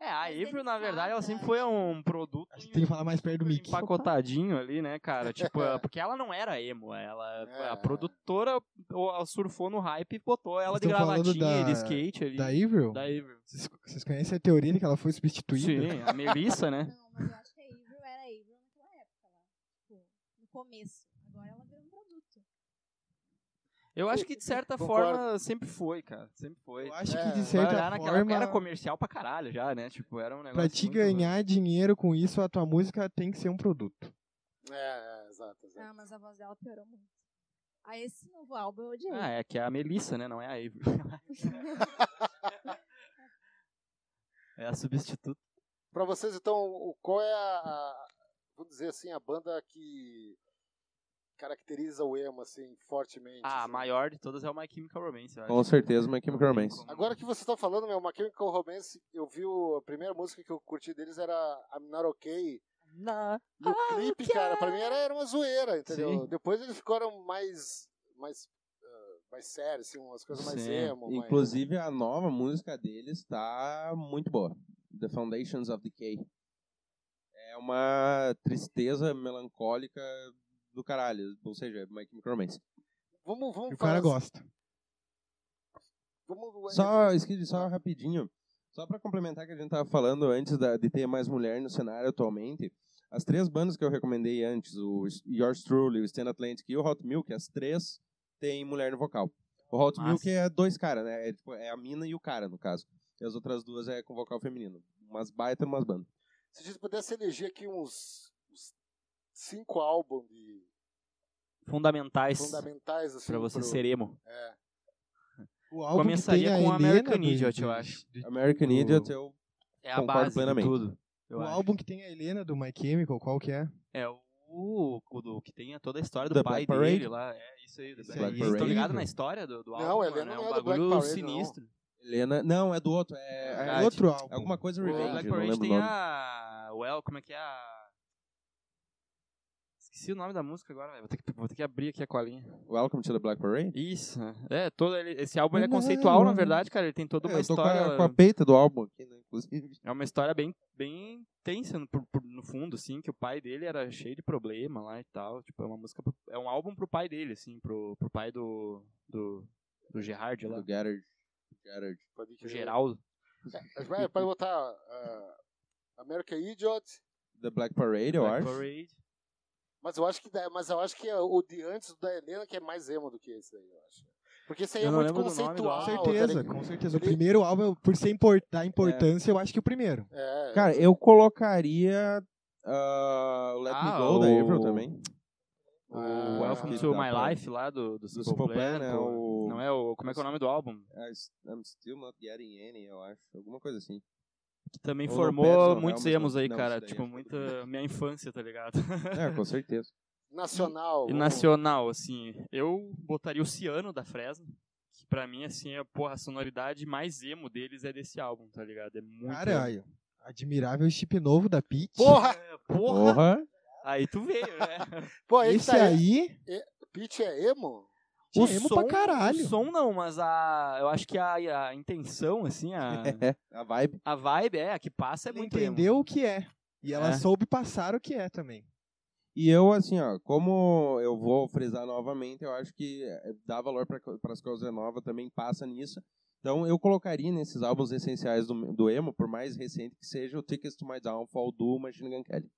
É, a Mas April, ele na verdade, ela sabe. sempre foi um produto Acho que tem que falar mais perto do mic. empacotadinho ali, né, cara? Tipo, ela- porque ela não era emo, ela É. a produtora ou- ela surfou no hype e botou ela de Vocês tão falando gravatinha e de da- skate ali. Da Avril? Da Avril. Vocês, vocês conhecem a teoria de que ela foi substituída? Sim, a Melissa, né? Não, mas eu acho que a Avril era a Avril naquela época lá. Tipo, no começo. Agora ela virou um produto. Eu acho que de certa Concordo. forma sempre foi, cara. Sempre foi. Eu acho É, que de Vai certa olhar naquela forma. época era comercial pra caralho já, né? Tipo, era um negócio. Pra te muito- ganhar dinheiro com isso, a tua música tem que ser um produto. É, é, exato, exato. Ah, mas a voz dela piorou muito. Ah, esse novo álbum eu odiei. Ah, é que é a Melissa, né? Não é a Avril. é a substituta. Pra vocês, então, o- qual é a, a- Vamos dizer assim, a banda que caracteriza o emo, assim, fortemente? Ah, a assim? maior de todas é o My Chemical Romance, eu acho. Com certeza, My Chemical Não tem Romance. como- Agora que você tá falando, meu, My Chemical Romance, eu vi o- a primeira música que eu curti deles era I'm Not Okay. Na- E o clipe, cara, pra mim era, era uma zoeira, entendeu? Sim. Depois eles ficaram mais. mais. ah, mais sérios, assim, umas coisas mais Sim. emo. mais- Inclusive, a nova música deles tá muito boa. The Foundations of Decay. É uma tristeza melancólica do caralho. Ou seja, My Chemical Romance. Vamos, vamos E o cara falar- assim, gosta. Vamos, Só, esqueci, só rapidinho. Só pra complementar o que a gente tava falando antes da- de ter mais mulher no cenário atualmente, as três bandas que eu recomendei antes, o S- Yours Truly, o Stand Atlantic e o Hot Milk, as três têm mulher no vocal. O Hot Massa. Milk é dois caras, né? É, tipo, é a mina e o cara, no caso. E as outras duas é com vocal feminino. Umas baita, umas bandas. Se a gente pudesse eleger aqui uns, uns cinco álbuns de Fundamentais fundamentais, assim. pra você pro- ser emo. É. O álbum que Começaria tem com a American Helena do- Idiot, eu do- acho. American O- Idiot, eu É a Concordo base plenamente. de tudo. Eu O acho. álbum que tem a Helena do My Chemical, qual que é? É o, o do, que tem toda a história do The pai Black Parade. dele lá. É isso aí, do Black Isso aí, Parade. isso Vocês estão aí. ligados na história do, do Não, álbum? Helena mano? não é um é do Black bagulho Parade, sinistro. Helena. Não, é do outro. É, Verdade. é outro. Outro álbum. Alguma coisa O O Revenge, Black não Parade lembro o tem nome. a. Well, como é que é a. Esqueci o nome da música agora, velho. Vou, ter que- vou ter que abrir aqui a colinha. Welcome to the Black Parade? Isso. É, todo ele- esse álbum ele é Não, conceitual, na não. verdade, cara. Ele tem toda É, uma eu tô com a- história. com a, peita do álbum aqui, né? Inclusive. É uma história bem, bem tensa no, por- por- no fundo, assim, que o pai dele era cheio de problema lá e tal. Tipo, é uma música. pro- é um álbum pro pai dele, assim, pro, pro pai do. do. do Gerard lá. Do Gerard. Gerard. Pode Do crer. Geraldo. É, vai- pode botar ah, American Idiot, The Black Parade, eu Black acho. Parade. mas eu acho que dá- mas eu acho que é o de antes do da Helena que é mais emo do que esse aí, eu acho. Porque esse aí Eu é não muito lembro do nome do conceitual. álbum. tá certeza, ligado? com certeza. O Ele- primeiro álbum, por ser import, da importância, eu acho que o primeiro. É, Cara, eu colocaria ah, Let Ah, Me Go da o- April também. O Ah, Welcome que to dá My pra- Life lá do, do Do Simple Simple Plan, Plan, né? pô. O... Não é o. Como é que é o nome do álbum? I s- I'm still not getting any, eu acho. Alguma coisa assim. Que também Ou não formou perde, não, muitos não, mas emos não. aí, Não, cara. isso daí é Tipo, acho que- muita. Minha infância, tá ligado? É, com certeza. nacional. E nacional, assim, eu botaria o Ciano da Fresno, que pra mim, assim, é, porra, a sonoridade mais emo deles é desse álbum, tá ligado? É muito. Cara, aí, admirável chip novo da Peach. Porra! É, porra! Porra! Aí tu veio, né? Pô, aí Esse que tá aí, Pitch é emo? tinha emo pra caralho. O som não, mas a. Eu acho que a, a intenção, assim, a, A vibe. a vibe é, a que passa é Ela muito É. entendeu emo. o que é. E ela É. soube passar o que é também. E eu, assim, ó, como eu vou frisar novamente, eu acho que eh, dar valor para as coisas novas também passa nisso. Então, eu colocaria nesses álbuns essenciais do, do emo, por mais recente que seja, o Tickets to My Downfall do Machine Gun Kelly.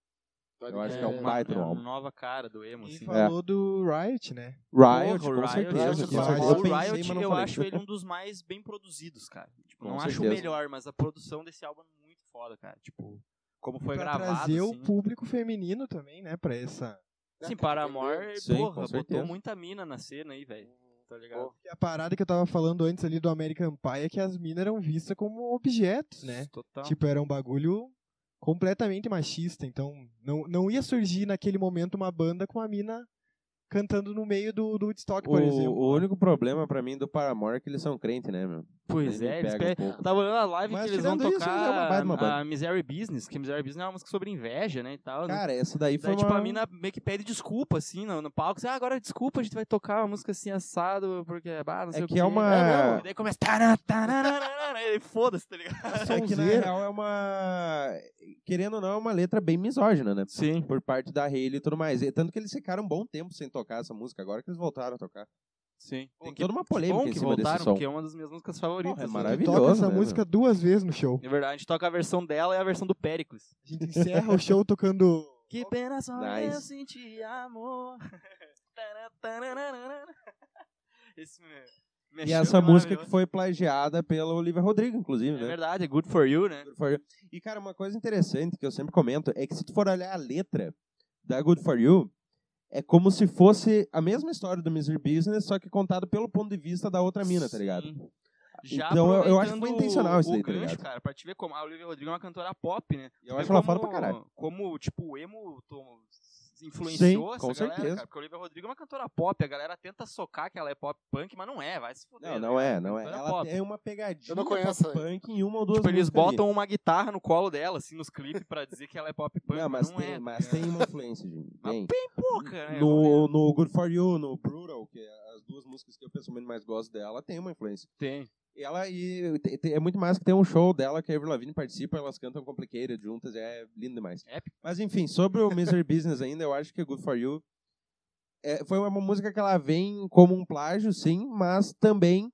Tá Eu acho que é um uma, baita é uma álbum. nova cara do emo, E assim. falou do Riot, né? Riot, Porra, com certeza. Riot, que eu é acho- uma Riot, o coisa- Riot, pensei, mas não eu falei. acho ele um dos mais bem produzidos, cara. Tipo, Com não acho o certeza. melhor, mas a produção desse álbum é muito foda, cara. Tipo, como foi pra gravado, trazer assim. o público feminino também, né? Pra essa. Sim, Paramore, Sim, com porra, botou certeza. muita mina na cena aí, velho. Tá ligado? A parada que eu tava falando antes ali do American Pie é que as minas eram vistas como objetos, né? Total. Tipo, era um bagulho completamente machista. Então, não, não ia surgir naquele momento uma banda com a mina cantando no meio do, do Woodstock, por O, exemplo. o único problema pra mim do Paramore é que eles são crente, né, meu? pois Aí me é, eles pega pe- um pouco. Eu tava olhando a live Mas que eles vão tirando isso, eles é uma tocar baita de uma a, banda. a Misery Business, que Misery Business é uma música sobre inveja, né, e tal. né? Cara, essa daí foi Daí, tipo, uma... a mina meio que pede desculpa, assim, no, no palco. Assim, ah, agora desculpa, a gente vai tocar uma música assim, assado, porque, ah, não sei É o que quê. é uma... É mesmo? E daí começa. tará, tará, tará, tará, E foda-se, tá ligado? É que, na Sonzeira. real, é uma... Querendo ou não, é uma letra bem misógina, né? Sim. Por parte da Hayley e tudo mais. E tanto que eles ficaram um bom tempo sem tocar essa música, agora que eles voltaram a tocar. Sim. Tem toda uma polêmica bom em que cima desse voltaram, som. porque é uma das minhas músicas favoritas. Porra, é né? maravilhoso. Toca essa né, música duas vezes no show. Na verdade, a gente toca a versão dela e a versão do Péricles. A gente É, encerra o show tocando. Que pena só Nice. eu sentir amor. Tará, tararararara. Esse me- E mexeu, essa é música que maravilhoso. foi plagiada pela Olivia Rodrigo, inclusive, É né? verdade, é good for you, né? Good For You. E, cara, uma coisa interessante que eu sempre comento é que se tu for olhar a letra da Good For You, é como se fosse a mesma história do Misery Business, só que contado pelo ponto de vista da outra mina, tá ligado? Sim. Já Então, eu- eu acho que foi aproveitando intencional isso o daí, tá gancho, ligado? cara, pra te ver como a Olivia Rodrigo é uma cantora pop, né? E eu Vê acho ela foda pra como- caralho. Como, tipo, o emo tom- influenciou Sim, essa com galera, certeza. cara. Porque a Olivia Rodrigo é uma cantora pop, a galera tenta socar que ela é pop punk, mas não é, vai se fuder. Não, tá não é, ligado? não é. Cantora Ela pop. tem uma pegadinha Eu não conheço pop ela. punk em uma ou duas Tipo, eles músicas ali. botam uma guitarra no colo dela, assim, nos clipes, pra dizer que ela é pop punk, Não, mas, não tem, é. mas tem uma influência, gente. Mas Tem. pouca, né? Não é. No, no Good For You, no Brutal, que é as duas músicas que eu pessoalmente mais gosto dela, tem uma influência. Tem. Ela e te- te- é muito mais que tem um show dela que a Avril Lavigne participa, elas cantam Complicated juntas, é lindo demais. Épico. Mas enfim, sobre o Misery Business ainda, eu acho que Good For You é, foi uma música que ela vem como um plágio, sim, mas também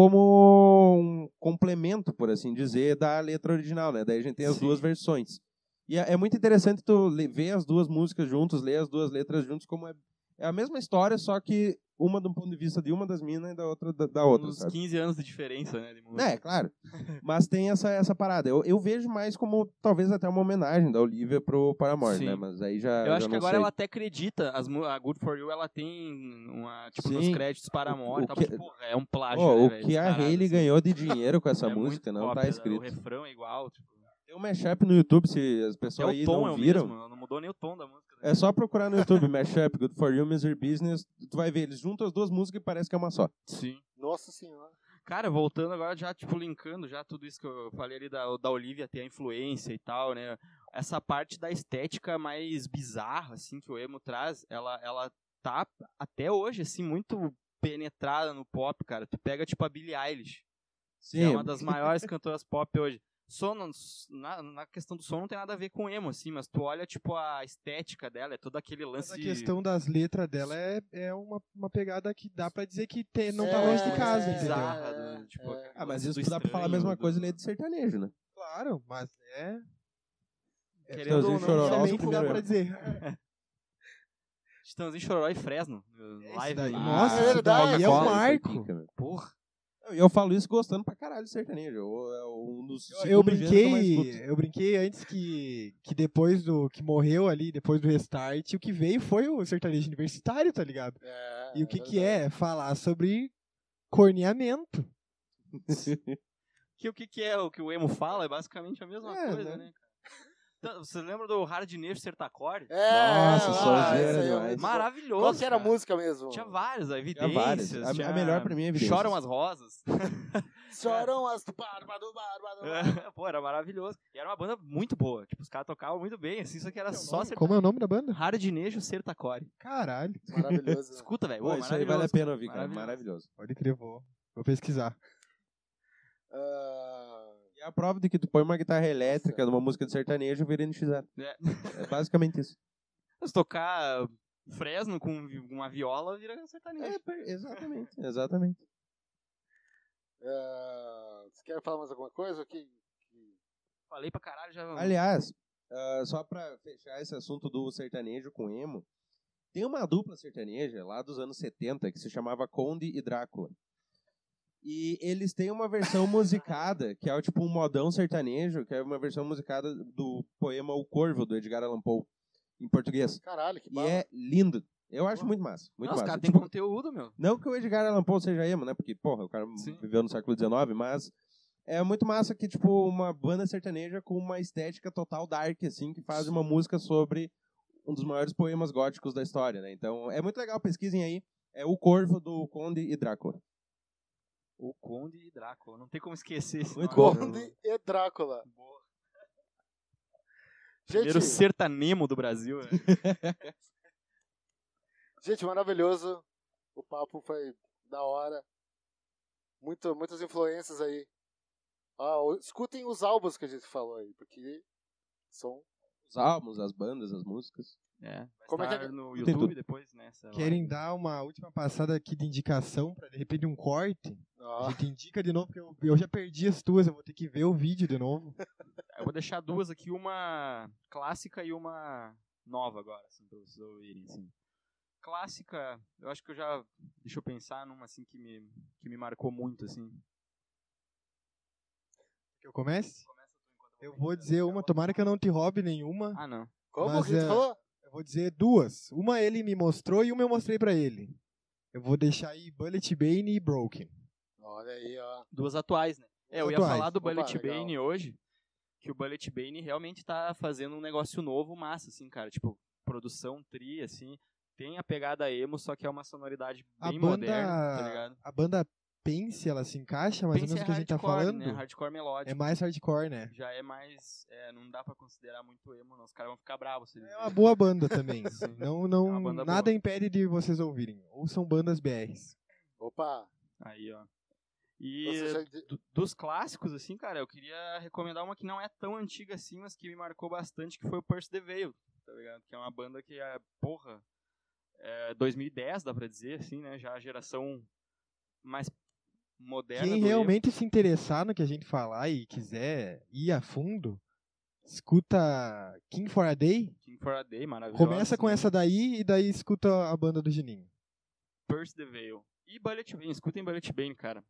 como um complemento, por assim dizer, da letra original, né? Daí a gente tem as Sim. duas versões. E é, é muito interessante tu le- ver as duas músicas juntos, ler as duas letras juntos, como é, é a mesma história, só que uma do ponto de vista de uma das minas e da outra da, da outra, Uns sabe? 15 anos de diferença, né? de música. É, claro. Mas tem essa, essa parada. Eu, eu vejo mais como talvez até uma homenagem da Olivia pro Paramore, Sim. né? Mas aí já. Eu acho já que não agora é sei. ela até acredita, as, mu- a Good For You, ela tem uma, tipo, nos Sim. créditos para a O- morte, o tal, que- tipo, é um plágio, Ó, né, o velho, que a descarado, Hayley assim. ganhou de dinheiro com essa É muito música não cópia, tá né? O escrito. refrão é igual, tipo, Tem um mashup no YouTube, se as até pessoas aí o tom é não o viram. mesmo, não mudou nem o tom da música. né? É só procurar no YouTube, mashup, Good For You, Misery Business. Tu vai ver, eles juntam as duas músicas e parece que é uma só. Sim. Nossa senhora. Cara, voltando agora, já, tipo, linkando já tudo isso que eu falei ali da, da Olivia ter a influência e tal, né? Essa parte da estética mais bizarra, assim, que o emo traz, ela, ela tá, até hoje, assim, muito penetrada no pop, cara. Tu pega, tipo, a Billie Eilish, que é uma das maiores cantoras pop hoje. Som, não- na, na questão do som não tem nada a ver com emo, assim, mas tu olha, tipo, a estética dela, é todo aquele lance... Mas a questão das letras dela é, é uma, uma pegada que dá pra dizer que te- não tá É, longe de casa, é, entendeu? bizarra, entendeu? do- tipo, É. aquele Ah, mas lance isso do dá pra falar a estranho, mesma do- coisa em de sertanejo, né? Claro, mas é. Querendo ou Chitãozinho não, Chororó, também o Somente primeiro dá pra erro. dizer. Chitãozinho Chororó e Fresno. eh, Esse Live. daí, lá. nossa, é isso daí é um Coca-Cola, marco. Porra. E eu falo isso gostando pra caralho de sertanejo. Eu, é um dos Eu- Eu, segundos gêneros que eu mais brinquei, escuto. eu brinquei antes que, que depois do que morreu ali, depois do restart, o que veio foi o sertanejo universitário, tá ligado? É, E o que que verdade. é? Falar sobre corneamento. Que o que, que é o que o emo fala é basicamente a mesma É, coisa, né? né? Então, Você lembra do Hardneiro Sertacore? É, Nossa, é, sonzeira essa aí é demais. muito boa. Maravilhoso. Qual que era a cara. música mesmo? Tinha várias, a Tinha evidências. várias. A- a tinha melhor pra mim é Evidências. Choram as rosas. Choram as do barba do barba do barba. É, Pô, era maravilhoso. E era uma banda muito boa. Tipo, os caras tocavam muito bem, assim, só que era só Como é o nome da banda? Hardnejo Sertacore. Caralho. Maravilhoso. né? Escuta, velho. Pô, Pô, isso aí vale a maravilhoso. pena ouvir, cara. Maravilhoso. Maravilhoso. Pode crer, vou, vou pesquisar. Ah, E a prova de que tu põe uma guitarra elétrica numa música de sertanejo vira NX0. É. É basicamente isso. Se tocar Fresno com vi- uma viola, vira sertanejo. É, per- exatamente. Exatamente. ah, você quer falar mais alguma coisa? O Que... Falei pra caralho, já... Aliás, Então, ah, só pra fechar esse assunto do sertanejo com emo, tem uma dupla sertaneja lá dos anos 70 que se chamava Conde e Drácula. E eles têm uma versão musicada, que é o tipo um modão sertanejo, que é uma versão musicada do poema O Corvo, do Edgar Allan Poe, em português. Caralho, que E bala. é lindo. Eu acho Pô. muito massa. Muito Não, os massa. caras têm Tipo, conteúdo, meu. não que o Edgar Allan Poe seja emo, né? Porque, porra, o cara Sim. viveu no século XIX, mas é muito massa que, tipo, uma banda sertaneja com uma estética total dark, assim, que faz uma música sobre um dos maiores poemas góticos da história, né? Então, é muito legal, pesquisem aí. É O Corvo do Conde e Drácula. O Conde e Drácula. Não tem como esquecer esse Muito nome. Conde e Drácula. Boa. Primeiro Gente, sertanemo do Brasil, né? gente, maravilhoso. O papo foi da hora. Muito, muitas influências aí. Ah, o- escutem os álbuns que a gente falou aí, porque são. Os álbuns, as bandas, as músicas. É. Como é que é? No Tem YouTube tudo. depois, né? essa Querem live. dar uma última passada aqui de indicação, pra de repente um corte? A Ah, gente indica de novo, porque eu, eu já perdi as tuas, eu vou ter que ver o vídeo de novo. Eu vou deixar duas aqui, uma clássica e uma nova agora, assim, pra vocês ouvirem, assim. Clássica, eu acho que eu já... Deixa eu pensar numa, assim, que me, que me marcou muito, assim. Que eu comece? Eu vou dizer uma, tomara que eu não te roube nenhuma. Ah, não. como Mas, que a gente é, falou? Eu vou dizer duas. Uma ele me mostrou e uma eu mostrei pra ele. Eu vou deixar aí Bullet Bane e Broken. Olha aí, ó. Duas atuais, né? É, eu ia atuais. falar do Opa, Bullet legal. Bane hoje, que o Bullet Bane realmente tá fazendo um negócio novo, massa, assim, cara. Tipo, produção tri, assim. Tem a pegada emo, só que é uma sonoridade A bem banda- moderna, tá ligado? A banda Pense, ela se encaixa mais Pense ou menos o que a gente tá hardcore, falando? Né? Hardcore melódico. É mais hardcore, né? Já é mais. é, não dá pra considerar muito emo, não. Os caras vão ficar bravos. Se eles É verem. uma boa banda também. não, não, É uma banda nada boa. impede de vocês ouvirem. Ou são bandas BRs. Opa, Aí, ó. E você já di- do- dos clássicos, assim, cara, eu queria recomendar uma que não é tão antiga assim, mas que me marcou bastante, que foi o Percy The Veil, tá ligado? Que é uma banda que é, porra, é 2010, dá pra dizer, assim, né? Já a geração mais moderna. Quem do emo. realmente se interessar no que a gente falar e quiser ir a fundo, escuta King for a Day. King for a Day, maravilhosa. Começa com né? essa daí e daí escuta a banda do Juninho. Percy The Veil. E Bullet Bane, escutem Bullet Bane, cara.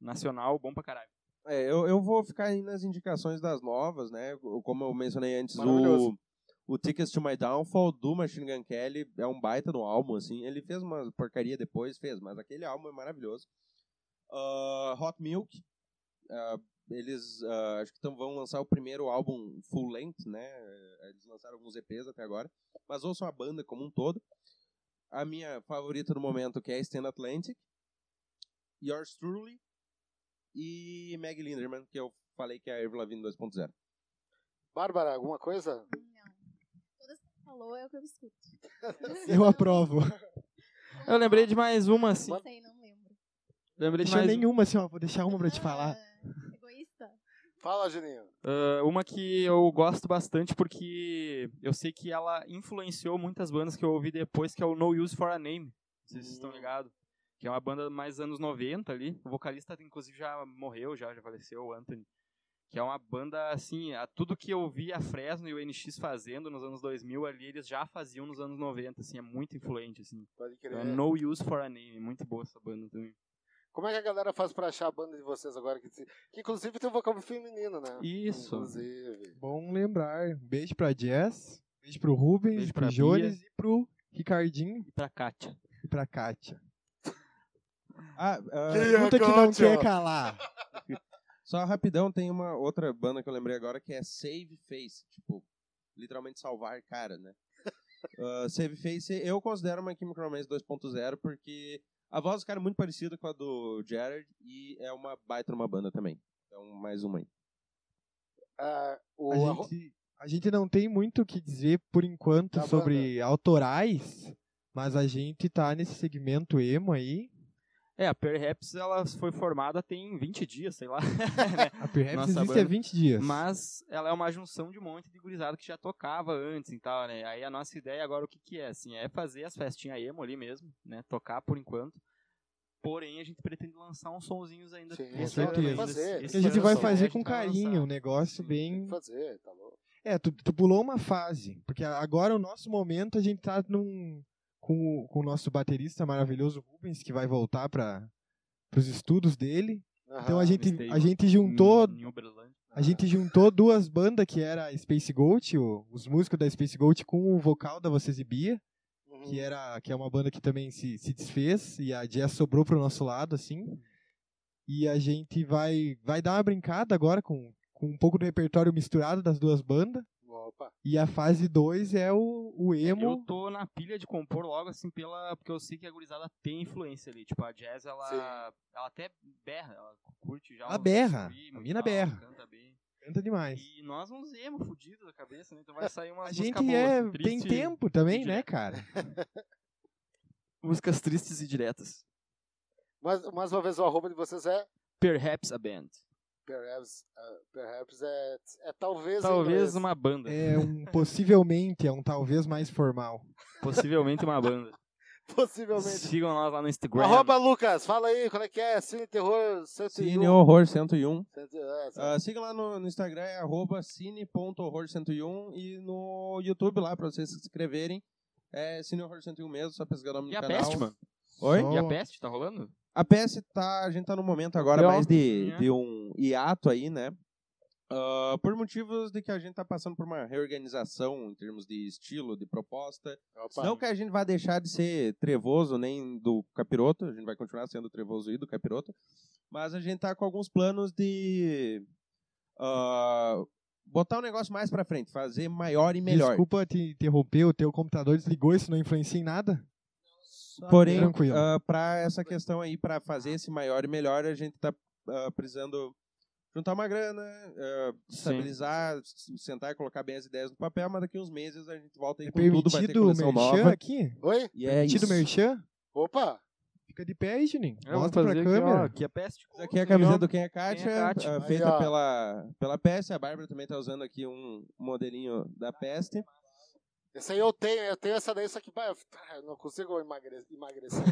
Nacional, bom pra caralho. É, eu, eu vou ficar aí nas indicações das novas, né? O- Como eu mencionei antes, o, Maravilhoso. o Tickets to My Downfall do Machine Gun Kelly é um baita no álbum, assim. Ele fez uma porcaria depois, fez, mas aquele álbum é maravilhoso. Ah, Hot Milk, ah, eles ah, acho que tão, vão lançar o primeiro álbum full length, né? Eles lançaram alguns EPs até agora, mas ouçam a banda como um todo. A minha favorita no momento que é Stand Atlantic, Yours Truly, e Meg Linderman, que eu falei que é a Avril Lavigne 2.0. Bárbara, alguma coisa? Não. Todas que você falou é o que eu escuto. Eu aprovo. Eu lembrei de mais uma, assim. Não sei, não lembro. Lembrei de Deixa mais nenhuma, assim, ó. Vou deixar uma pra te falar. Ah, egoísta. Fala, Juninho. Ah, uma que eu gosto bastante porque eu sei que ela influenciou muitas bandas que eu ouvi depois, que é o No Use for a Name. Não sei se vocês estão Hum. ligados. Que é uma banda mais anos 90 ali. O vocalista, inclusive, já morreu, já, já faleceu, o Anthony. Que é uma banda, assim, a tudo que eu vi a Fresno e o NX fazendo nos anos 2000 ali, eles já faziam nos anos 90, assim, é muito influente, assim. Pode É crer. No Use for a Name, muito boa essa banda também. Como é que a galera faz pra achar a banda de vocês agora? Que, que inclusive tem um vocábulo feminino, né? Isso. Inclusive. É Bom lembrar. Beijo pra Jess. Beijo pro Rubens, Beijo pra pro Bia. Jones e pro Ricardinho E pra Kátia. e pra Kátia. Ah, ah, Pergunta que não quer calar. só rapidão, tem uma outra banda que eu lembrei agora que é Save Face, tipo, literalmente salvar cara, né? Ah, Save Face eu considero uma Chemical Romance 2.0 porque a voz do cara é muito parecida com a do Jared e é uma baita numa banda também. Então, mais uma aí. Ah, o a, arro- gente, a gente não tem muito o que dizer por enquanto Da sobre autorais, mas a gente tá nesse segmento emo aí. É, a Perhaps, ela foi formada tem 20 dias, sei lá. A Perhaps Nossa existe banda. há 20 dias. Mas ela é uma junção de um monte de gurizada que já tocava antes e tal, né? Aí a nossa ideia agora o que que é, assim, é fazer as festinhas emo ali mesmo, né? Tocar por enquanto. Porém, a gente pretende lançar uns sonzinhos ainda. Sim, esse com certeza. ano ainda, Fazer, esse- tem Que esse a gente ano vai só, né? A fazer gente com vai lançar. carinho, um negócio Sim. bem. fazer, tá louco. É, tu, tu pulou uma fase, porque a- agora o nosso momento a gente tá num, com, o- com o nosso baterista maravilhoso Rubens, que vai voltar para os estudos dele. Então a Aham. gente, mistake. a gente juntou Em Uberlândia. A gente juntou duas bandas que era a Space Goat, o- os músicos da Space Goat com o vocal da Vocês e Bia, Uhum. que era que é uma banda que também se, se desfez e a Jess sobrou pro nosso lado assim. E a gente vai vai dar uma brincada agora com, com um pouco do repertório misturado das duas bandas. Opa. E a fase 2 é o, o Eu emo. tô na pilha de compor logo, assim, pela. Porque eu sei que a gurizada tem influência ali. Tipo, a jazz, ela. Sim. Ela até berra, ela curte já. Ela uns berra, screamo a e mina tal, berra. Canta bem. Canta demais. E nós uns emo fudidos da cabeça, né? Então vai sair umas A gente músicas boas, é assim, tem triste- tempo também, né, direto. cara? Músicas tristes e diretas. Mais, mais uma vez, o arroba de vocês é Perhaps a band. perhaps, ah, perhaps é, é talvez. em Talvez inglês. uma banda. É um possivelmente, é um talvez mais formal. Possivelmente uma banda. Possivelmente. Sigam nós lá no Instagram. Arroba Lucas, fala aí, qual é que é? Cine Terror 101. Cine Horror 101. Cento- é, cento- Ah, siga lá no, no Instagram, é arroba cine.horror101 e no YouTube lá pra vocês se inscreverem. É Cine Horror 101 mesmo, só pesquisar o nome E do a canal. peste, mano? Oi? Só- E a peste, tá rolando? A PS tá. A gente tá no momento agora Deu mais uma de, cozinha. de um hiato aí, né? Ah, por motivos de que a gente tá passando por uma reorganização em termos de estilo, de proposta. Opa. Ah, Não que a gente vá deixar de ser trevoso nem do capiroto, a gente vai continuar sendo trevoso e do capiroto, mas a gente tá com alguns planos de ah, botar o negócio mais pra frente, fazer maior é e melhor. Desculpa te interromper, o teu computador desligou, isso não influencia em nada? Porém, Tranquilo. para ah, essa questão aí, para fazer esse maior e melhor, a gente tá ah, precisando juntar uma grana, ah, estabilizar, s- sentar e colocar bem as ideias no papel, mas daqui uns meses a gente volta aí É com tudo, vai ter permitido o merchan coleção nova. aqui? Oi? E é Permitido isso. o merchan? Opa! Fica de pé aí, Juninho. Eu vou Mostra pra fazer câmera. Aqui, ó, aqui é peste Essa aqui é a camiseta do Quem Quem é Kátia, Quem é Kátia. ah, Aí, feita ó. pela, pela Peste. A Bárbara também tá usando aqui um modelinho da Peste. Essa aí eu tenho, eu tenho essa daí, só que bah, eu ah, eu não consigo emagre- emagrecer.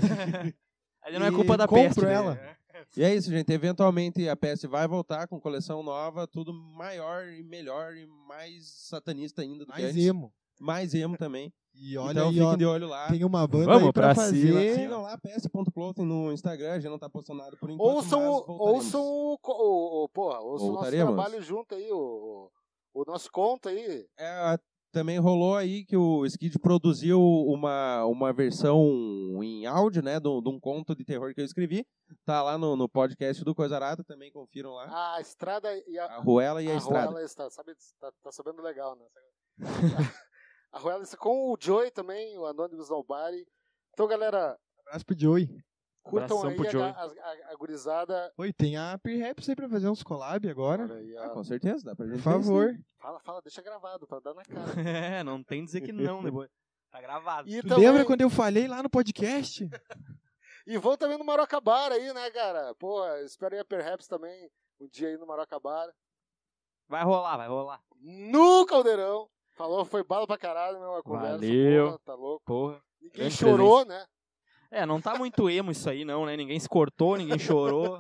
Ali não é E culpa da compro peste. né? ela. É. E é isso, gente. Eventualmente a Peste vai voltar com coleção nova, tudo maior e melhor e mais satanista ainda do Mais que antes. emo. Mais emo também. E olha então aí, fiquem ó, de olho tá? lá. tem uma banda Vamos aí pra pra, cima. fazer. um Sigam lá ps.clothing no Instagram, já não tá postando nada por enquanto. ouçam, mas o- voltaremos. ouçam o, co- o, o- porra, ouçam o nosso Voltaremos. trabalho junto aí, o, o, o nosso conto aí. É, também rolou aí que o Skid produziu uma, uma versão em áudio, né, de um de um conto de terror que eu escrevi. Tá lá no, no podcast do Coisarada, também confiram lá. A estrada e a, A Ruela e a, a Estrada. Ruela está, sabe, tá, tá sabendo legal, né? a Ruela está com o Joey também, o Anonymous Nobody. Então, galera, Abraço pro Joey. curtam Abração pro aí Joey. a, a, a, a gurizada. Oi, tem a Perhaps aí pra fazer uns collab agora. Olha aí, Ah, ó. com certeza, dá pra gente Por ver isso, né? favor. Fala, fala, deixa gravado pra dar na cara. É, não tem dizer que não depois. Tá gravado. E Tu também- lembra quando eu falei lá no podcast? E vão também no Marocabara aí, né, cara? Pô, espero aí a Perhaps também um dia aí no Marocabara. Vai rolar, vai rolar. No Caldeirão. Falou, foi bala pra caralho, meu, a conversa. Valeu. porra, tá louco. Porra. Ninguém Grande chorou, né? É, não tá muito emo isso aí não, né? Ninguém se cortou, ninguém chorou.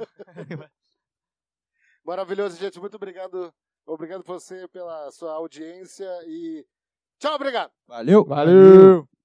Maravilhoso, gente. Muito obrigado. Obrigado você pela sua audiência e tchau, obrigado. Valeu! Valeu.